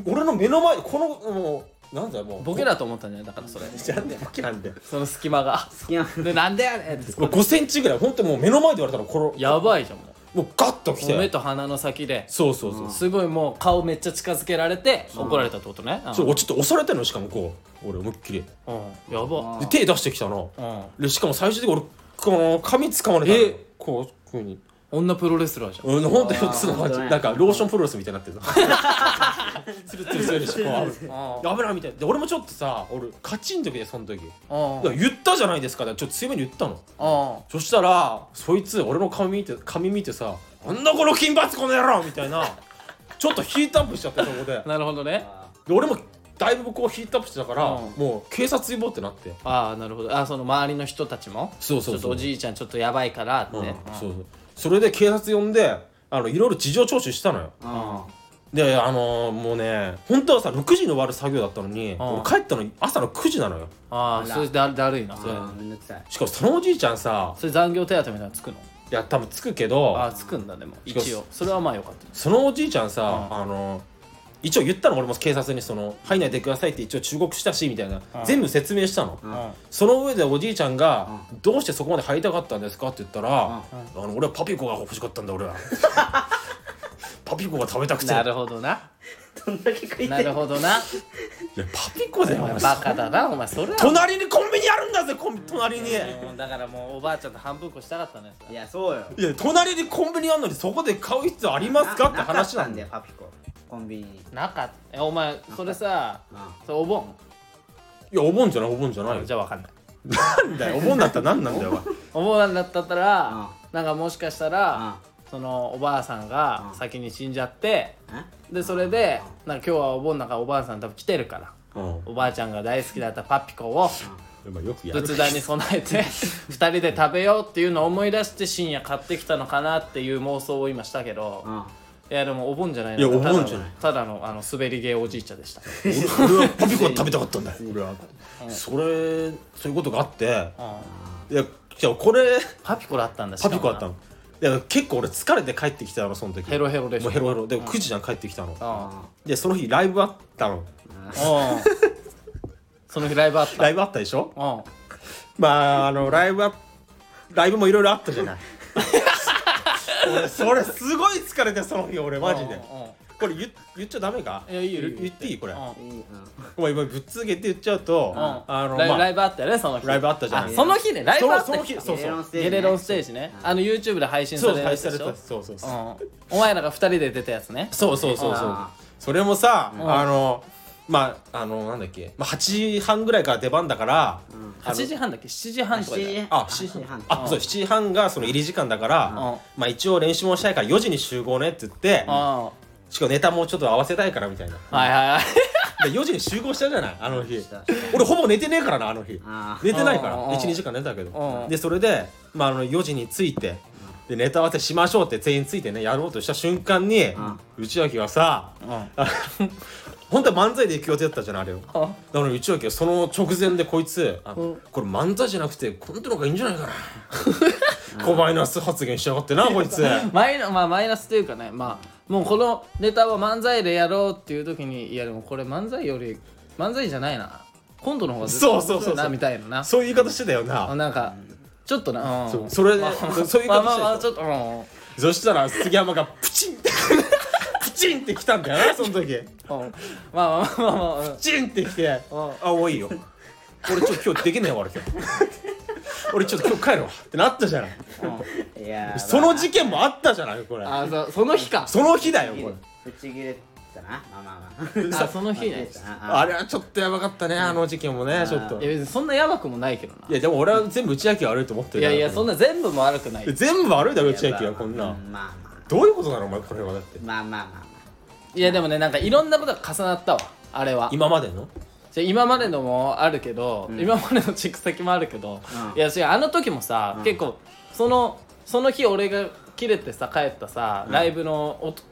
俺の目の前このもうなんだよもうんボケだと思ったんじゃないだからそれじゃんねボケなんでその隙間が好きな でなんでやねんってもう5センチぐらい本当もう目の前で言われたらこのやばいじゃんももうガッときう目てと鼻の先でそうそうそう、すごいもう顔めっちゃ近づけられて怒られたってことねうんそうちょっと押されてるのしかもこう俺思いっきりうんやばで手出してきたのうんでしかも最終的に俺この髪掴まれたのえこうこういうふうに女プロレスラーじゃんうんほんとにあーそのほん感とじねなんかローションプロレスみたいになってるのつるつるつ るしこうあ危ないみたいで俺もちょっとさ俺カチンときてその時あだから言ったじゃないですかだからちょっと強めに言ったのあそしたらそいつ俺の髪見て髪見てさ「なんだこの金髪この野郎!」みたいなちょっとヒートアップしちゃってそこであなるほどねで俺もだいぶこうヒートアップしてたから、うんもう警察呼ぼうってなってああなるほどあその周りの人たちもそうそうそうちょっとおじいちゃんちょっとやばいからって、うんうんそうそうそれで警察呼んであのいろいろ事情聴取したのよあであのーもうね本当はさ6時に終わる作業だったのに、ん俺帰ったの朝の9時なのよあああらそれだだるいなそれあめんどくさいしかもそのおじいちゃんさそれ残業手当みたいなのつくのいや多分つくけあどあつくんだでもしかし一応それはまあよかったそのおじいちゃんさ、あのー一応言ったの俺も警察にその「入んないでください」って一応忠告したしみたいな、全部説明したの、んその上でおじいちゃんが「どうしてそこまで入りたかったんですか?」って言ったら「あの俺はパピコが欲しかったんだ 俺は」パピコが食べたくてなるほどな どんだけ食いなてるるほどいなやパピコだよお前バカだなお前それは隣にコンビニあるんだぜコン隣にいやうんだからもうおばあちゃんと半分こしたかったねいやそうよ隣にコンビニあるのにそこで買う必要ありますかって話なんだよかったんだよパピココンビニになかったえお前それさあそれお盆いやお盆じゃないお盆じゃないよじゃあわかんないなんだよお盆だったら何なんだよお前お盆なんだったったらあなんかもしかしたらあそのおばあさんが先に死んじゃってあでそれでなんか今日はお盆だからおばあさん多分来てるからうんおばあちゃんが大好きだったパピコをまあよくやる仏壇に備 えて二人で食べようっていうのを思い出して深夜買ってきたのかなっていう妄想を今したけどあいやでもお盆じゃないいやただのお盆じゃないただのあの滑り芸おじいちゃんでした俺はパピコ食べたかったんだよ俺はそれそういうことがあっていやじゃあこれパピコだったんだしパピコあったののいや結構俺疲れて帰ってきたのその時ヘロヘロでしもょうヘロヘロで9時じゃん帰ってきたのあでその日ライブあったのあその日ライブあったライブあったでしょうんまああのライブはライブもいろいろあったじゃ ない俺それすごい疲れてその日俺マジでうんうんこれ言言っちゃダメかいやいいよいいよ言っていいこれうんおいい前今ぶっつけて言っちゃうとあのライブまラあイブあったよねその日ライブあったじゃないその日ねライブあっそたのよ日そうゲそレロうンステージゲレロンステージねあの YouTube で配信さそれうる廃止やさつれでしたょそうそうそううんお前らが二人で出たやつねそうそうそうそうあそれもさあのまああのなんだっけまあ8時半ぐらいから出番だから8時半だっけ7時半とかだよ7時あ7時時半半あそう7時半がその入り時間だからまあ一応練習もしたいから4時に集合ねって言ってあしかもネタもちょっと合わせたいからみたいなあはいはいはいで4時に集合したじゃないあの日した俺ほぼ寝てねえからなあの日あー寝てないからうんうんうん12時間寝たけうんうどんでそれで、まあ、あの4時に着いてでネタ合わせしましょうって全員ついてねやろうとした瞬間に、内脇がさ、あの 本当は漫才で行く予定だったじゃないあれをだから内脇はその直前でこいつあのこれ漫才じゃなくてコントの方がいいんじゃないかな小マイナス発言しやがってなこいつ マイナまあマイナスというかねまあもうこのネタは漫才でやろうっていう時にいやでもこれ漫才より漫才じゃないな今度の方がそうそうそうそうなみたいななそういう言い方してたよあななんかちょっとな、うん、 そうそれでそそういうま言あいまあ方まあしてちょっと、うんそしたら杉山がプチンってプチンって来たんだよなその時うんまあまあまあまあまあ、うんプチンって来て「うんあもういいよ俺ちょっと今日できねえわ俺今日俺ちょっと今日帰るわ」ってなったじゃないいやーその事件もあったじゃないこれあそその日かその日だよこれぶち切れたなまあまあまあその日ねああれはちょっとやばかったねあの事件もねちょっといや別にそんなやばくもないけどないやでも俺は全部内訳悪いと思ってるいやいやそんなな全部も悪くない全部悪いだろ内訳はこんなまあまあどういうことなのお前これはだってまあまあまあいやでもねなんかいろんなことが重なったわあれは今までのじゃあ今までのもあるけど、今までの蓄積もあるけど、うんいや違うあの時もさ、うん結構そのその日俺が切れてさ帰ったさ、ライブのおと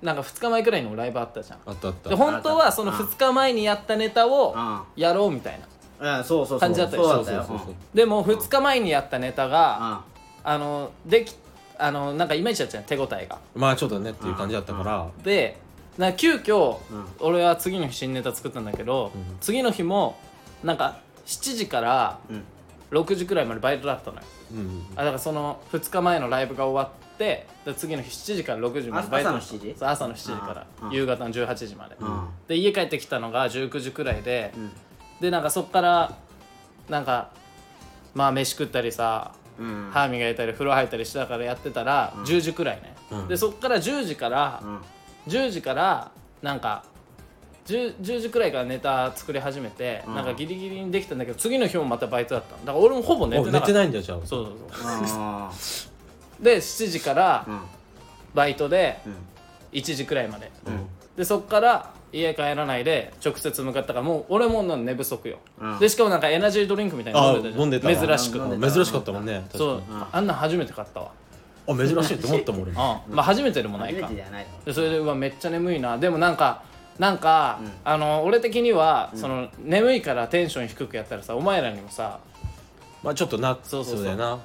なんか2日前くらいのライブあったじゃんあったあったで本当はその2日前にやったネタをうんやろうみたいなまあうんそうそうそう感じだったよそうそうだったそうよそうそうでも2日前にやったネタが、ああのできあのなんかイメージだったじゃん手応えがまあちょっとねっていう感じだったからでなんか急遽、うん俺は次の日新ネタ作ったんだけど、ん次の日もなんか7時からうん6時くらいまでバイトだったのようんあだからその2日前のライブが終わってで次の日7時から6時までバイトあ朝の7時そう朝の7時かあらあ夕方の18時まで、うんで家帰ってきたのが19時くらいで、んでなんかそっからなんかまあ飯食ったりさうん歯磨いたり風呂入ったりしたからやってたら10時くらいね、うんでそっから10時から、うん10時からなんか 10, 10時くらいからネタ作り始めて、んなんかギリギリにできたんだけど次の日もまたバイトだったのだから俺もほぼ寝おて寝なかってたないんだよじゃあそうそうそうあで7時からーバイトでうん1時くらいまで、うんでそっから家帰らないで直接向かったからもう俺もなんか寝不足よ、うんでしかもなんかエナジードリンクみたいなのあ飲んでたわ珍しく飲んであ珍しかったもんねそう、確かうんあんなん初めて買ったわにあ珍しいと思ったもん俺もうんまあ初めてでもない初めかてじゃないだろでそれでうわめっちゃ眠いなでもなんかなんか、んあの俺的には、その眠いからテンション低くやったらさお前らにもさまあちょっとなそうそうそうだよなう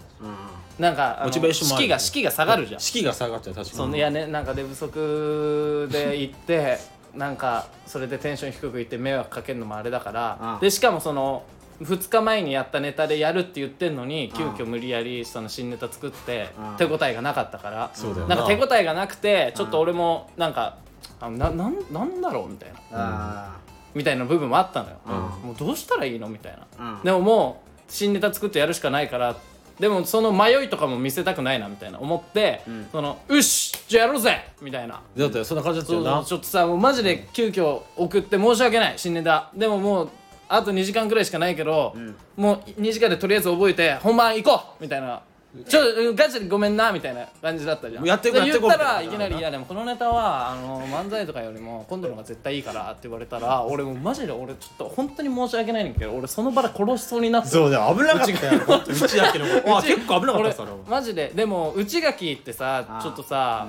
なんかあのモチベーションもあ士る気が士気が下がるじゃん士気が下がっちゃう確そかうにいやねなんか寝不足で行ってなんかそれでテンション低く行って迷惑かけるのもあれだからああでしかもその2日前にやったネタでやるって言ってんのに急遽無理やりその新ネタ作ってああ手応えがなかったからそうだよななんか手応えがなくてちょっと俺もなんかあななんなんだろうみたいなんあみたいな部分もあったのよ、あもうどうしたらいいのみたいな、うんでももう新ネタ作ってやるしかないからでもその迷いとかも見せたくないなみたいな思って、その「うっしじゃあやろうぜ!」みたいなだってそんな感じだったそうよなちょっとさもうマジで急遽送って申し訳ない新ネタでももうあと2時間くらいしかないけど、もう2時間でとりあえず覚えて本番行こうみたいな。ちょうんガチでごめんなみたいな感じだったじゃんやってこうでやってこう言ったらいみたきいななり「いやでもこのネタはあの漫才とかよりも今度の方が絶対いいから」って言われたら俺もうマジで俺ちょっと本当に申し訳ないんだけど俺その場で殺しそうに なってそうだよ危なかったよ本当に内訳のことあ内結構危なかった俺っすあれマジででも内垣ってさあちょっとさ、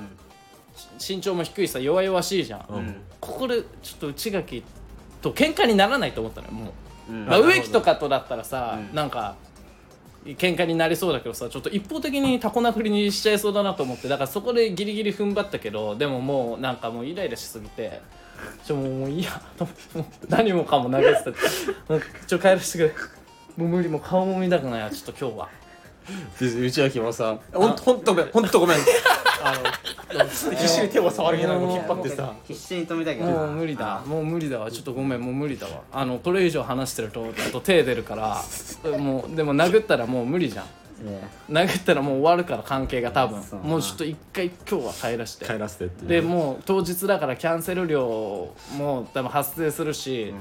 し身長も低いしさ弱々しいじゃん、うんここでちょっと内垣と喧嘩にならないと思ったのよもう、うんまあ、植木とかとだったらさ、なんか喧嘩になりそうだけどさちょっと一方的にタコ殴りにしちゃいそうだなと思ってだからそこでギリギリ踏ん張ったけどでももうなんかもうイライラしすぎてちょもうもういいやと思ってもう何もかも投げてたもうちょ帰らせてくれもう無理もう顔も見たくないわちょっと今日はで内訳もさほんとほんとごめんほんとごめ んあの必死に手を触りながらも引っ張ってさあ必死に止めたけどもう無理だもう無理だわちょっとごめんもう無理だわあのこれ以上話してるとちょっと手出るからもうでも殴ったらもう無理じゃん殴ったらもう終わるから関係が多分そうもうちょっと一回今日は帰らして帰らせてっていうでもう当日だからキャンセル料も多分発生するし、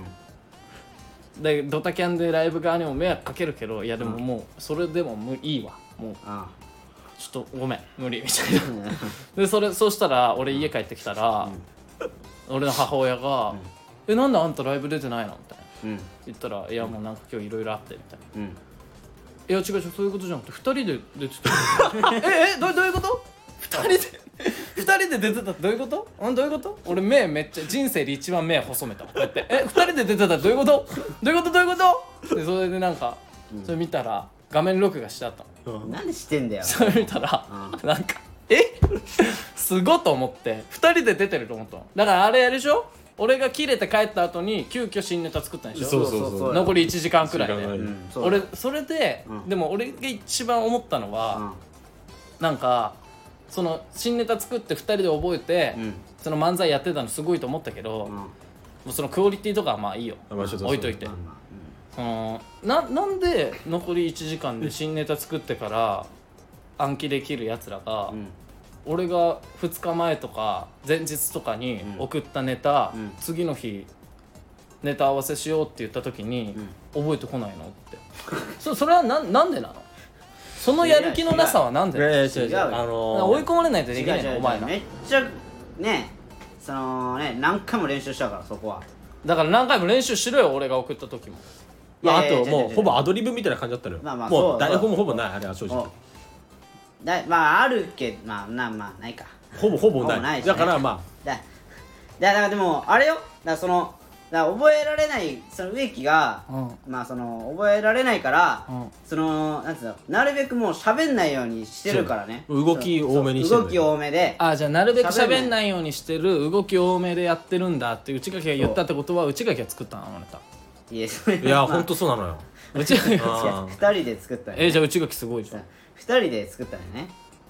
でドタキャンでライブ側にも迷惑かけるけどいやでももうそれでも無いいわもうあちょっとごめん無理みたいなでそれそしたら俺家帰ってきたら、俺の母親が「えなんであんたライブ出てないの?」みたいなうん言ったら「いやもうなんか今日いろいろあって」みたいなうん「いや違う違うそういうことじゃなくて2人で出てた」 ええどうどういうこと2人で二人で出てたってどういうことうんどういうこと俺目めっちゃ人生で一番目細めたこうやってえ二人で出てたってどういうことどういうことどういうことでそれでなんかそれ見たら画面録画してあったのなんでしてんだよそれ見たら、なんかえすごっと思って2人で出てると思ったのだからあれやるでしょ俺が切れて帰った後に急遽新ネタ作ったんでしょそうそうそうそう残り1時間くらい時間で、がうねんそう俺それで、うんでも俺が一番思ったのは、なんかその新ネタ作って2人で覚えて、うんうんその漫才やってたのすごいと思ったけど、もうんうそのクオリティとかはまあいいよ、あまあちょっとそう置いといて、まあまあそのななんで残り1時間で新ネタ作ってから暗記できるやつらが、うんうん俺が2日前とか前日とかにうん送ったネタ、うん次の日ネタ合わせしようって言った時に、覚えてこないのって そそれはなんなんでなのそのやる気のなさはなんでいなのやいや違う違う違うよあのー追い込まれないとでき違なうい違うの違おう前らめっちゃねそのね何回も練習したからそこはだから何回も練習しろよ俺が送った時もまあ、あいやいやと違う違もう違ううほぼアドリブみたいな感じだったのよ、まあまあそうもそうう台本もほぼないあれは正お直だまああるけどまあなまあないかほぼほぼなほいぼないしねだからまだだからでもあれよだからそのだから覚えられないその植木が、うんまあその覚えられないから、うんそのなんつうのなるべくもう喋んないようにしてるからねそう動き多めにしてそるう動き多めでああじゃあなるべく喋んない喋んないようにしてる動き多めでやってるんだって内垣が言ったってことは内垣が作ったのあなたいやそあ れいやまあほんとそうなのよ内垣 あがいや二人で作ったのえねじゃあ内垣すごいじゃん二人で作ったのね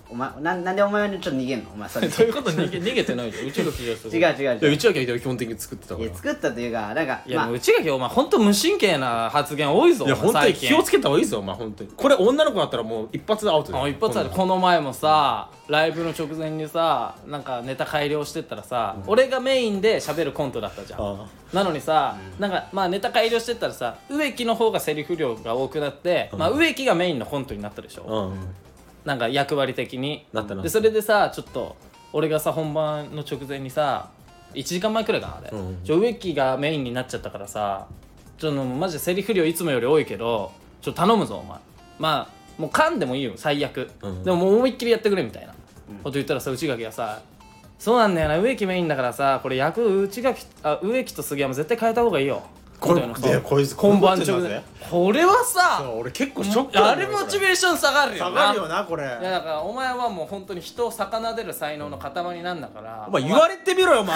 お前なんなんでお前にちょっと逃げんのお前それ違ということ逃げ逃げてないじゃん内垣がすうごい違う違ういやうちは基本的に作ってたかいらや作ったというかなんかいや、まあ内垣お前本当無神経な発言多いぞいやお本前当に最気近をつけた方がいいですよ、まあ本当に。これ女の子だったらもう一発でアウトだよあ一発あるこの前もさライブの直前にさなんかネタ改良してったらさ、俺がメインで喋るコントだったじゃんあなのにさ、なんかまあネタ改良してったらさ植木の方がセリフ量が多くなって、まあ、植木がメインのコントになったでしょ、うん、なんか役割的になったなでそれでさちょっと俺がさ本番の直前にさ1時間前くらいかなあれ、うんちょ植木がメインになっちゃったからさちょっとマジでセリフ量いつもより多いけどちょっと頼むぞお前まあもう噛んでもいいよ最悪、うんでももう思いっきりやってくれみたいなこと言ったらさ内垣がさそうなんだよな植木メインだからさこれ役内垣あ植木と杉山絶対変えた方がいいよこれみたいでなさこいつ本番こ直んなことにな前るこれはさそう俺結構ショックあれモチベーション下がるよななこれいやだからお前はもう本当に人を魚でる才能の塊なんだから、お前言われてみろよお前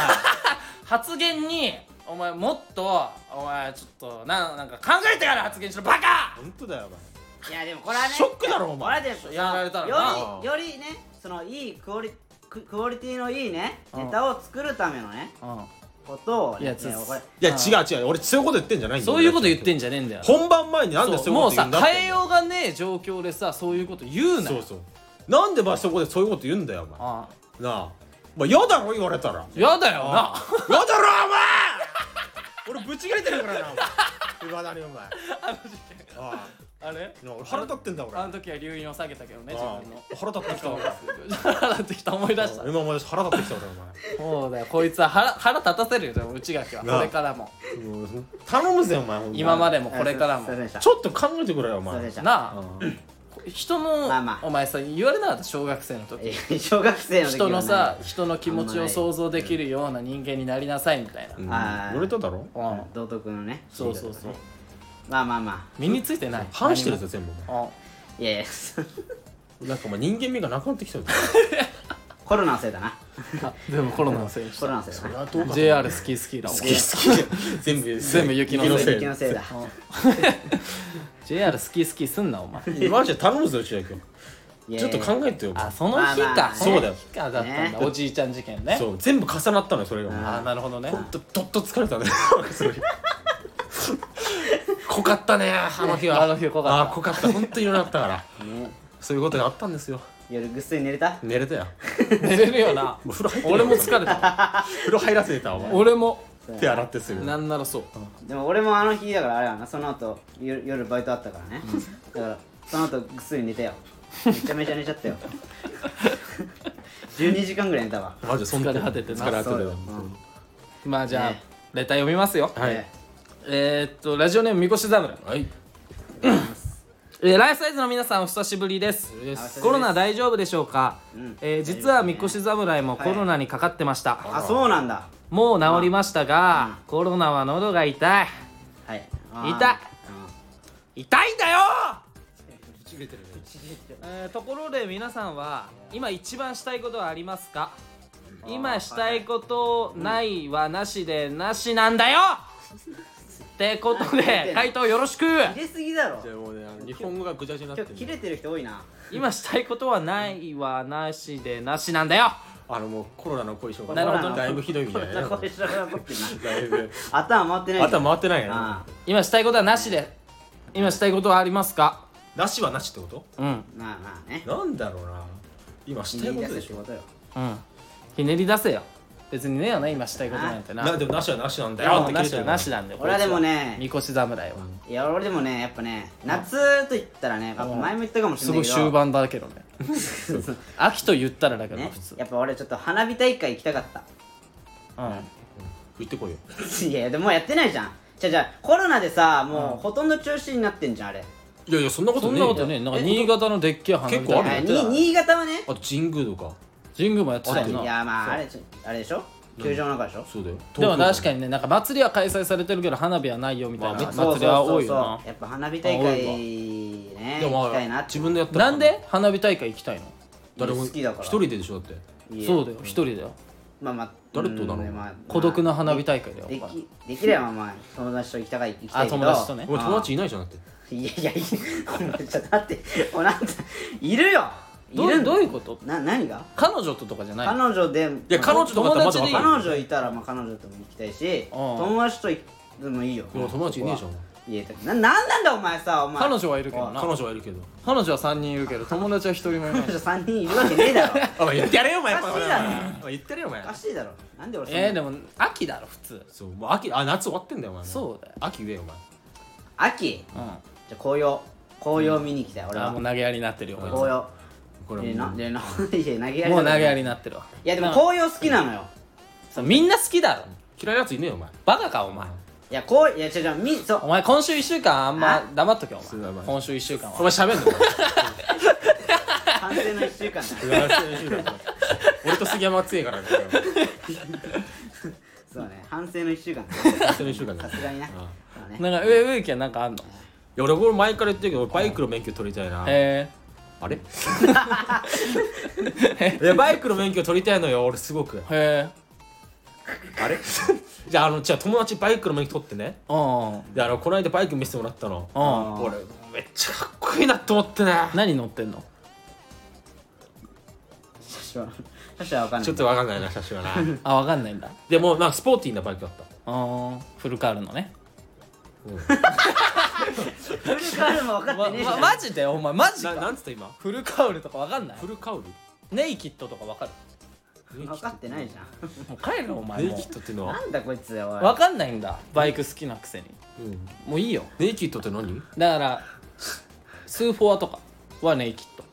発言にお前もっとお前ちょっとななんか考えてから発言しろバカ本当だよお前いやでもこれはねショックだろお前これはでもやられたらよなりよりねそのいいクオリククオリティのいいねうんネタを作るためのねことをねいやつこれいやあ違う違う俺そういうこと言ってんじゃないんだよそういうこと言ってんじゃねえんだよ本番前になんでそうそういうもことう言うさんだって変えようがねえ状況でさそういうこと言うなそようそうなんでまあそこでそういうこと言うんだよお前あなあお前嫌だろ言われたらあやだよなやだろお前俺ぶち切れてるからなお前いまだにお前あああれな俺腹立ってんだ俺あの時は留飲を下げたけどね自あ分のあ腹立って きた俺腹立ってきた思い出した今お前腹立ってきた俺お前そうだよこいつは腹腹立たせるよでも内垣はなあこれからもうん頼むぜお前ほんま今までもこれからもすいませんでしたちょっと考えてくれよおすいません前でしたなあうん人の、まあまあお前さ言われなかった小学生の時え小学生の時は人のさね人の気持ちを想像できるような人間になりなさいみたいな、うんあー言われただろうん道徳のねそうそうそうまあまあま身についてない反してるぜ全部お何もあいやいや 前なんかお前人間味がなくなってきたよコロナのせいだなうんでもコロナのせいにしコロたナのせいだな JR 好き好きだもん好き全部全部雪のせい雪のせいだ JR 好き好きすんなお前マジで頼むぞ千秋いやちょっと考えてよあその日まあまかあそうだよの日かだったんねだおじいちゃん事件ねそう全部重なったのよそれがあーなるほどねほんとどっと疲れたね それ濃かったねあの日はあの日は濃かあったー濃かった本当にいろいろあったからねそういうことがあったんですよ夜ぐっすり寝れた寝れたよ寝れるよなもう風呂入ってる俺も疲れた風呂入らせてたお前俺も手洗ってすぐなんならそうでも俺もあの日だからあれやなその後夜夜バイトあったからねだからその後ぐっすり寝たよめちゃめちゃ寝ちゃ ったよ12時間ぐらい寝たわマジでそんな疲れ果てて疲なれ果そうてだてよたまあじゃあねレター読みますよはいねえーっとラジオネームみこし侍はいえーライフサイズの皆さんお久しぶりですすコロナ大丈夫でしょうか、うんえー実はみこし侍もコロナにかかってました、あそうなんだもう治りましたが、コロナは喉が痛いはいいた痛いんだよ、えーところで皆さんは今一番したいことはありますか今したいことないはなしでなしなんだよってことで回答よろしく切れすぎだろじゃあもうねあの日本語がぐちゃぐちゃにな今って日る切れてる人多いな今したいことはないはなしでなしなんだよあのもうコロナの後遺症がなるほどだいぶひどいみたいなこれ知らなかっただいぶな頭回ってない頭回ってないなあ今したいことはなしで今したいことはありますかなしはなしってことうんあまあまあねなんだろうな今したいことでしょことようんひねり出せよ別にねえよな今したいことなんてななでもなしはなしなんだよなってな聞いしてはるなしなんだよ俺はでもねみこし侍はいや俺でもねやっぱね夏と言ったらねやっぱ前も言ったかもしすれなごいいけど終盤 だけどね秋と言ったらだけどね普通やっぱ俺ちょっと花火大会行きたかった うん行ってこいよいやいやでももうやってないじゃんじゃあじゃあコロナでさもうほとんど中止になってんじゃんあれいやいやそんなことそんねえなよことねえなんか新潟のでっけえ花火結構あるよあやっにてた新潟はねあと神宮とか神宮もやってたよいなやまああれちょあれでしょ球場の中でしょそうだよでも確かににねなんか祭りは開催されてるけど花火はないよみたいなまあ祭りは多いよなやっぱ花火大会ねでも行きたいまなあって自分でやったらなんで花火大会行きたいの誰も好きだから一人ででしょだっていやそうだよ一人だよまあまあ誰とだろううんまあまあ孤独な花火大会だよでお前きできればまあ友達と行きたい行きたいけどあ友達とねお前友達いないじゃんだっていやいやいやお前ちょっと待っておなんているよいどうるどういうこことな何が彼女ととかじゃない彼の女でいや彼女とかだったらまだ分いいか彼る女いたらまあ彼女とも行きたいし友達と行くのもいいよでも友達いねえじゃんいやななんなんだお前さお前彼女はいるけどな彼女はいるけど彼女は3人いるけど友達は1人もい ない彼女3人いるわけねえだろ あお前言ってやれよお前おかしいだろお前言ってやれよお前おかしいだろなんで俺そんなえー、でも秋だろ普通そうもう秋あ夏終わってんだよお前もそうだよ秋上よお前秋じうんゃあ紅葉紅葉見に来たい、俺あはもう投げやりになってるよこいつも紅う葉これえなもうでな いや投げやり投げやりりになってるわいやでもな紅葉好きなのよそうみんな好きだろ嫌いなやついねえよお前バカかお前いやこういや違う違うみそうお前今週1週間あんま黙っとけおそうだお前前今週1週間おは前喋んのお前完全の1週間だ俺と杉山は強いからねそうね反省の1週間だ明日の一週間ださすがになああそうねなんか上上木はなんかあんいのや俺俺前から言ってるけど俺バイクの免許取りたいなへえあ れいやバイクの免許取りたいのよ俺すごくへえあれ じゃああのじゃあ友達バイクの免許取ってねうんであのこの間バイク見せてもらったのうん俺めっちゃかっこいいなと思ってね何乗ってんの車種は車種は分かんないちょっとわかんないな車種は なあわかんないんだでもなんかスポーティーなバイクだったうんフルカールのねフルカールも分かまってねえじゃまんマジでお前マジなかなんつった今フルカウルとかわかんないフルカウルネイキッドとかわかる分かってないじゃもう帰るお前ネイもキッドってのんはなんだこいつよおいわかんないんだバイク好きなくせにうんもういいよネイキッドって何だからスーフォアとかはネイキッド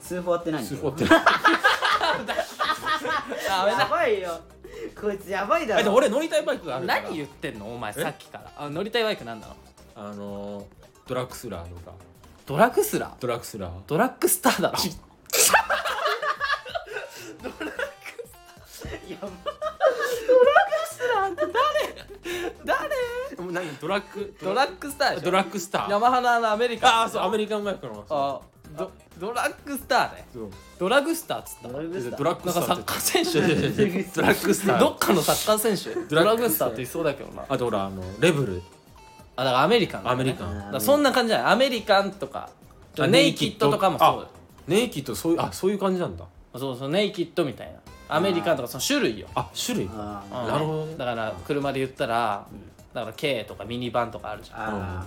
通報って何スーフォーって あやばいよこいつやばいだえでもろ俺乗りたいバイクがあるから何言ってんのお前さっきからあ乗りたいバイクなんだろうあのードラッグスラーとかドラッグスラードラッグスラードラッグスターだろやばい誰もう何ドラッグ ドラッグスターでしょドラッグスタヤーマハのあのアメリカンああそうアメリカンバイクのあドドラッグスターねそうドラッグスターっつったドラッグスタードラッグなんスタかサーっッてカー選 手違う違う違うドラッグスターどっかのサッカー選手ドラッグスターラッグスターって言いそうだけどなああとほらあのレブルだからアメリカンだアよねメリカンだからそんな感じじゃないアメリカンとかあネイキッドとかもそうだよネイキッドそういうあそういう感じなんだそうそうネイキッドみたいなアメリカンとかその種類よあ種類あーうんなるほどねだから車で言ったらだから軽とかミニバンとかあるじゃんあ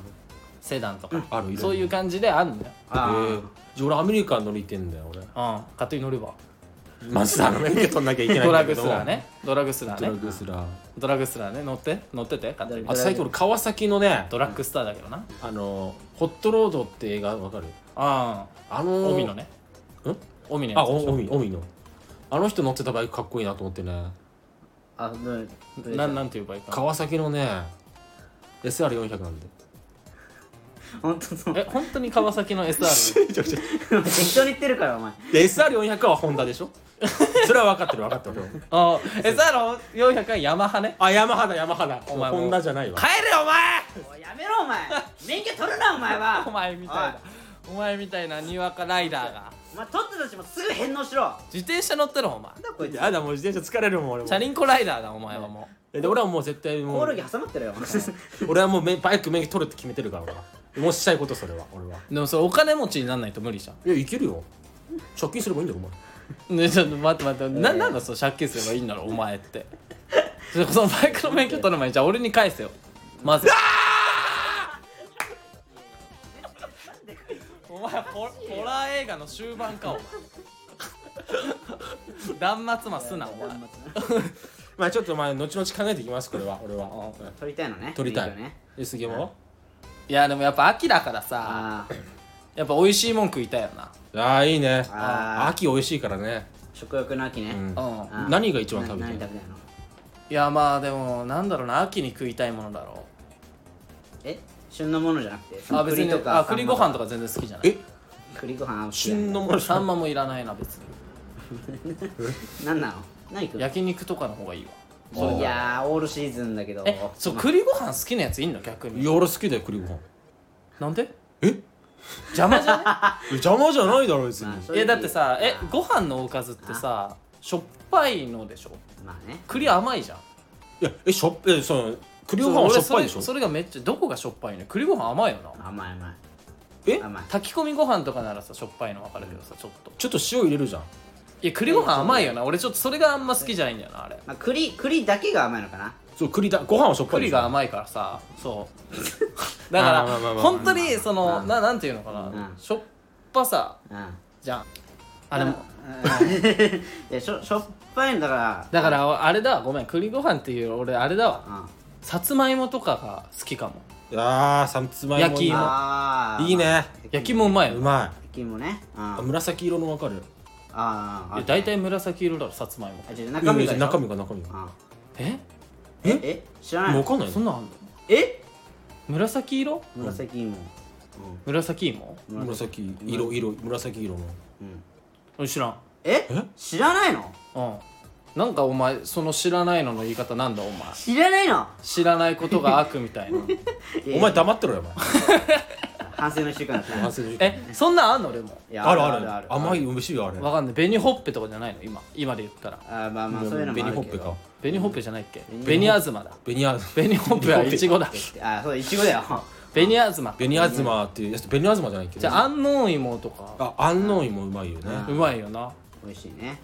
セダンとかあるいろいろそういう感じであんのよーあえーーじゃあ俺アメリカン乗りてんだよ俺うん勝手に乗ればマスターの免許取んなきゃいけないドんラだッけグスどラーねドラッグスラドラーッねグスラードラッグスラーね乗って乗ってて勝手にあと最近俺川崎のねドラッグスターだけどなあのホットロードって映画わかるあああのー帯のねん帯のやあつでしょお帯帯のあの人乗ってたバイクかっこいいなと思ってねあどれどれなんなんていうバイクなの川崎のね SR400 なんでほんとそうえ本当に川崎の SR 適当に言ってるからお前で SR400 はホンダでし ょそれは分かってる分かってるああ SR400 はヤマハねあヤマハだヤマハだお前もうホンダじゃないわ帰れよお前おいやめろお前免許取るなお前は お前みたいなお前みたいなにわかライダーがお前取ったとしてもすぐ返納しろ自転車乗ってろお前なんだこいつやだもう自転車疲れるもん俺もチャリンコライダーだお前はもで俺はもう絶対もコオロギう挟まってるよお前俺はもうめバイク免許取るって決めてるから俺はもうしたいことそれは俺はうでもそれお金持ちになんないと無理じゃんいやいけるよ借金すればいいんだよお前ねちょっと待って待って、ななんだそう借金すればいいんだろうお前ってそれこそバイクの免許取る前にじゃあ俺に返せよまずお前ホホラー映画の終盤か お前断末魔すなお前まあちょっとまあ後々考えていきますこれは俺はうん取りたいのね取りたい免許ねえ杉山はいやでもやっぱ秋だからあさーやっぱ美味しいもん食いたいよなああいいねあー秋美味しいからね食欲の秋ね、うんうんあー何が一番食べたいな何食べたいのいやまあでもなんだろうな秋に食いたいものだろえ旬のものじゃなくてうあ別に栗とかあ栗ご飯とか全然好きじゃないえ栗ご飯旬のもの俺サンマもいらないな別に何なの何食う焼肉とかの方がいいわそういやーオールシーズンだけどえそう栗ご飯好きなやついんの逆いにや俺好きだよ栗ご飯なんでえ邪魔じゃ なえ邪魔じゃないだろ別にまあいえだってさえご飯のおかずってさしょっぱいのでしょまあね栗甘いじゃんいやえしょっえその栗ご飯はしょっぱいでしそょれそれがめっちゃどこがしょっぱいの栗ご飯甘いよな甘い甘いえ甘い炊き込みご飯とかならさしょっぱいの分かるけどさちょっとちょっと塩入れるじゃんいや栗ご飯甘いよな俺ちょっとそれがあんま好きじゃないんだよなあれまあ、栗栗だけが甘いのかなそう栗だご飯はしょっぱいで栗しょが甘いからさそう だかまあまあまあらまあ本当にそのうんななんていうのかなうんしょっぱさうんじゃんあれも いやしょしょっぱいんだからだからあれだわごめん栗ご飯っていうより俺あれだわうんさつまいもとかが好きかもあーさつまいも焼き芋あーいいね焼きもうまいよういま焼き芋ねうんいああ紫色のわかるあや大体紫色だろさつまいもあじゃあ中中身身がが中身が中身があええ知らないもう分のかんないそんなんあんのえ紫色紫芋紫芋ん紫色色紫色のうん俺知らんえ知らないのうんなんかお前その知らないのの言い方なんだお前知らないの知らないことが悪みた いないやお前黙ってろよお前反省の一週間だった反省の時間えそんなんあんの俺もいやあるある甘い美味しいよあれわかんない紅ほっぺとかじゃないの今今で言ったらあまあまあそういうのもあ紅るほっけぺかど紅ほっぺじゃないっけ紅あずまだ紅あず紅ほっぺはいちごだあそういちごだよ 紅あずま紅あずまっていうやつ紅あずまじゃないけどじゃあ安納芋とかあ安納芋うまいよねうまいよな美味しいね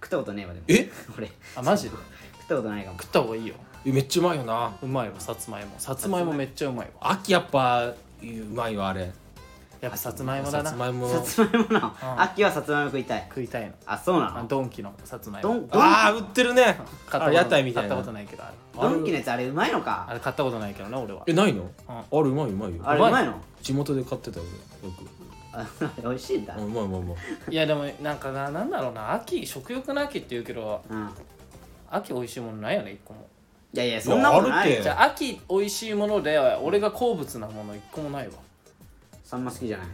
食ったことねえわでもえ俺食あマジでったことないかも食った方がいいよえめっちゃうまいよなうまいわさつまいもさつまいもめっちゃうまいわ秋やっぱうまいわあれやっぱさつまいもださなつまいもさつまいもなの秋はさつまいも食いたい食いたいのあそうなあのドンキのさつまいどもんどんああ売ってるねあ買ったこと屋台みたい買なったことないけどあれドンキのやつあれうまいのあかれ買ったことないけどな俺はえないのうんあれうまいうまいよあれううまいまいの 地元で買ってたよ俺よくあ美味しいんだうんうまいうまいうまいいやでもなんかななんだろうな秋食欲の秋って言うけどうん秋美味しいものないよね一個もいやいやそんなことないいやあるじってよゃあ秋美味しいもので俺が好物なもの一個もないわサンマ好きじゃない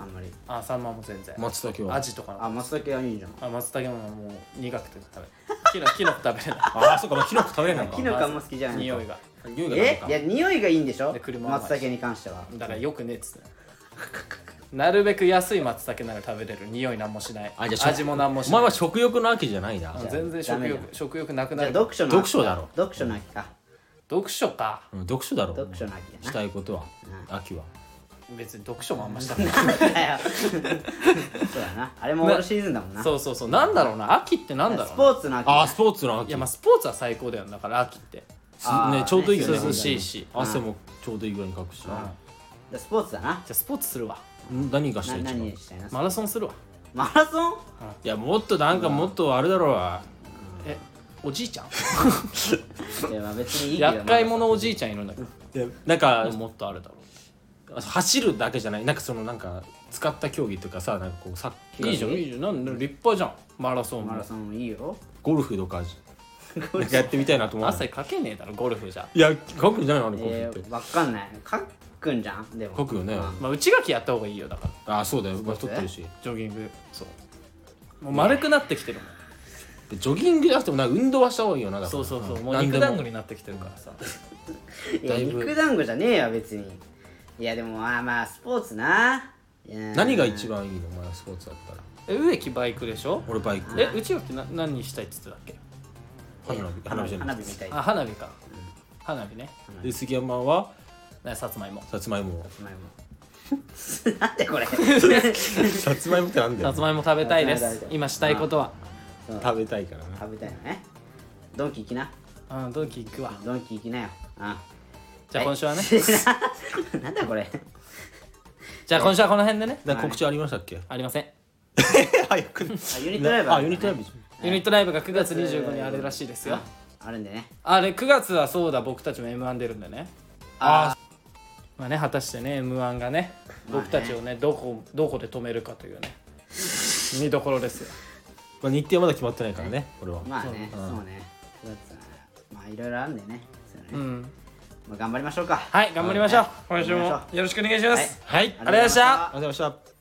あんまりあサンマも全然松茸はアジとかあの松茸はいいんじゃんあ松茸ももう苦くて食べないキノキ ノコ食べれないああそうかまあキノコ食べれないかキノコあんま好きじ ゃない匂のいが匂いがなんえかいや匂いがいいんでしょで車は松茸に関してはだからよくねえっつってなるべく安い松茸なら食べれる匂いなんもしないあじゃあ食味もなんもしおない前は食欲の秋じゃないなうん全然食ダメだ欲食欲なくじなゃある読書の秋読書だろ読書の秋か読書かうん読書だろ読書の秋しだなたいことは秋は別に読書もあんましたくないそうだなあれもオールシーズンだもんなそうそうそうなんだろうな秋ってなんだろスうポなーツの秋ああスポーツのい秋やまあスポーツは最高だよだから秋ってすあーねちょうどいいよね涼しいし本当に汗もちょうどいいぐらいにかくしでスポーツだなじゃあスポーツするわん何がしなたい一番何いしたいなマラソンするわマラソンやもっとなんかもっとあれだろうわえおじいちゃんいやまあ別にいいけど厄介者おじいちゃんいるんだけどなんかもっとあるだろ走るだけじゃないなんかそのなんか使った競技とかさなんかこうサッカうーいいじゃんいいじゃんなんで立派じゃんマラソンマラもソンもいいよゴルフとかなんかやってみたいなと思う汗かけねえだろゴルフじゃいや書くんじゃないのあれゴルえフってー、わかんない書くんじゃんでも書くよねうんまあ内垣やった方がいいよだからあそうだよまあ太ってるしジョギングそうもう丸くなってきてるもんでジョギングじゃなくてもなんか運動はした方がいいよなだからそうそうそう、んもう何でも肉団子になってきてるからさいやだいぶ肉団子じゃねえよ別にいやでもまあまあスポーツな何が一番番いいのお前はスポーツだったらえ植木バイクでしょ俺バイクえうちよってな何したいっつってたっけ花火花火じゃな花い火みたいあ花火か花火ねで杉山はねさつまいもさつまいもお前も なんでこれさつまいもってなんださよつまいも食べたいでさつまいも食べすたい今したいことは食べたいからな食べたいのねドンキ行きなうんドンキ行くわドンキ行きなよあじゃあ今週はねなん だこれじゃあ今週はこの辺でねだから告知ありましたっけありません早くねあユニットライブあユニットライブじゃんユニットライブが9月25にあるらしいですよあるんでねあれ9月はそうだ僕たちも m 1出るんでねあまあね果たしてね m 1がね僕たちをねどこどこで止めるかというね見どころですよまあ日程はまだ決まってないからね俺はまあねそうね9月はまあいろいろあるんでねそうねうんまあ頑張りましょうかはい頑張りましょうはい今週頑張もりましょよろしくお願いしますはいありがとうございましありがとうございましたたありがとうございました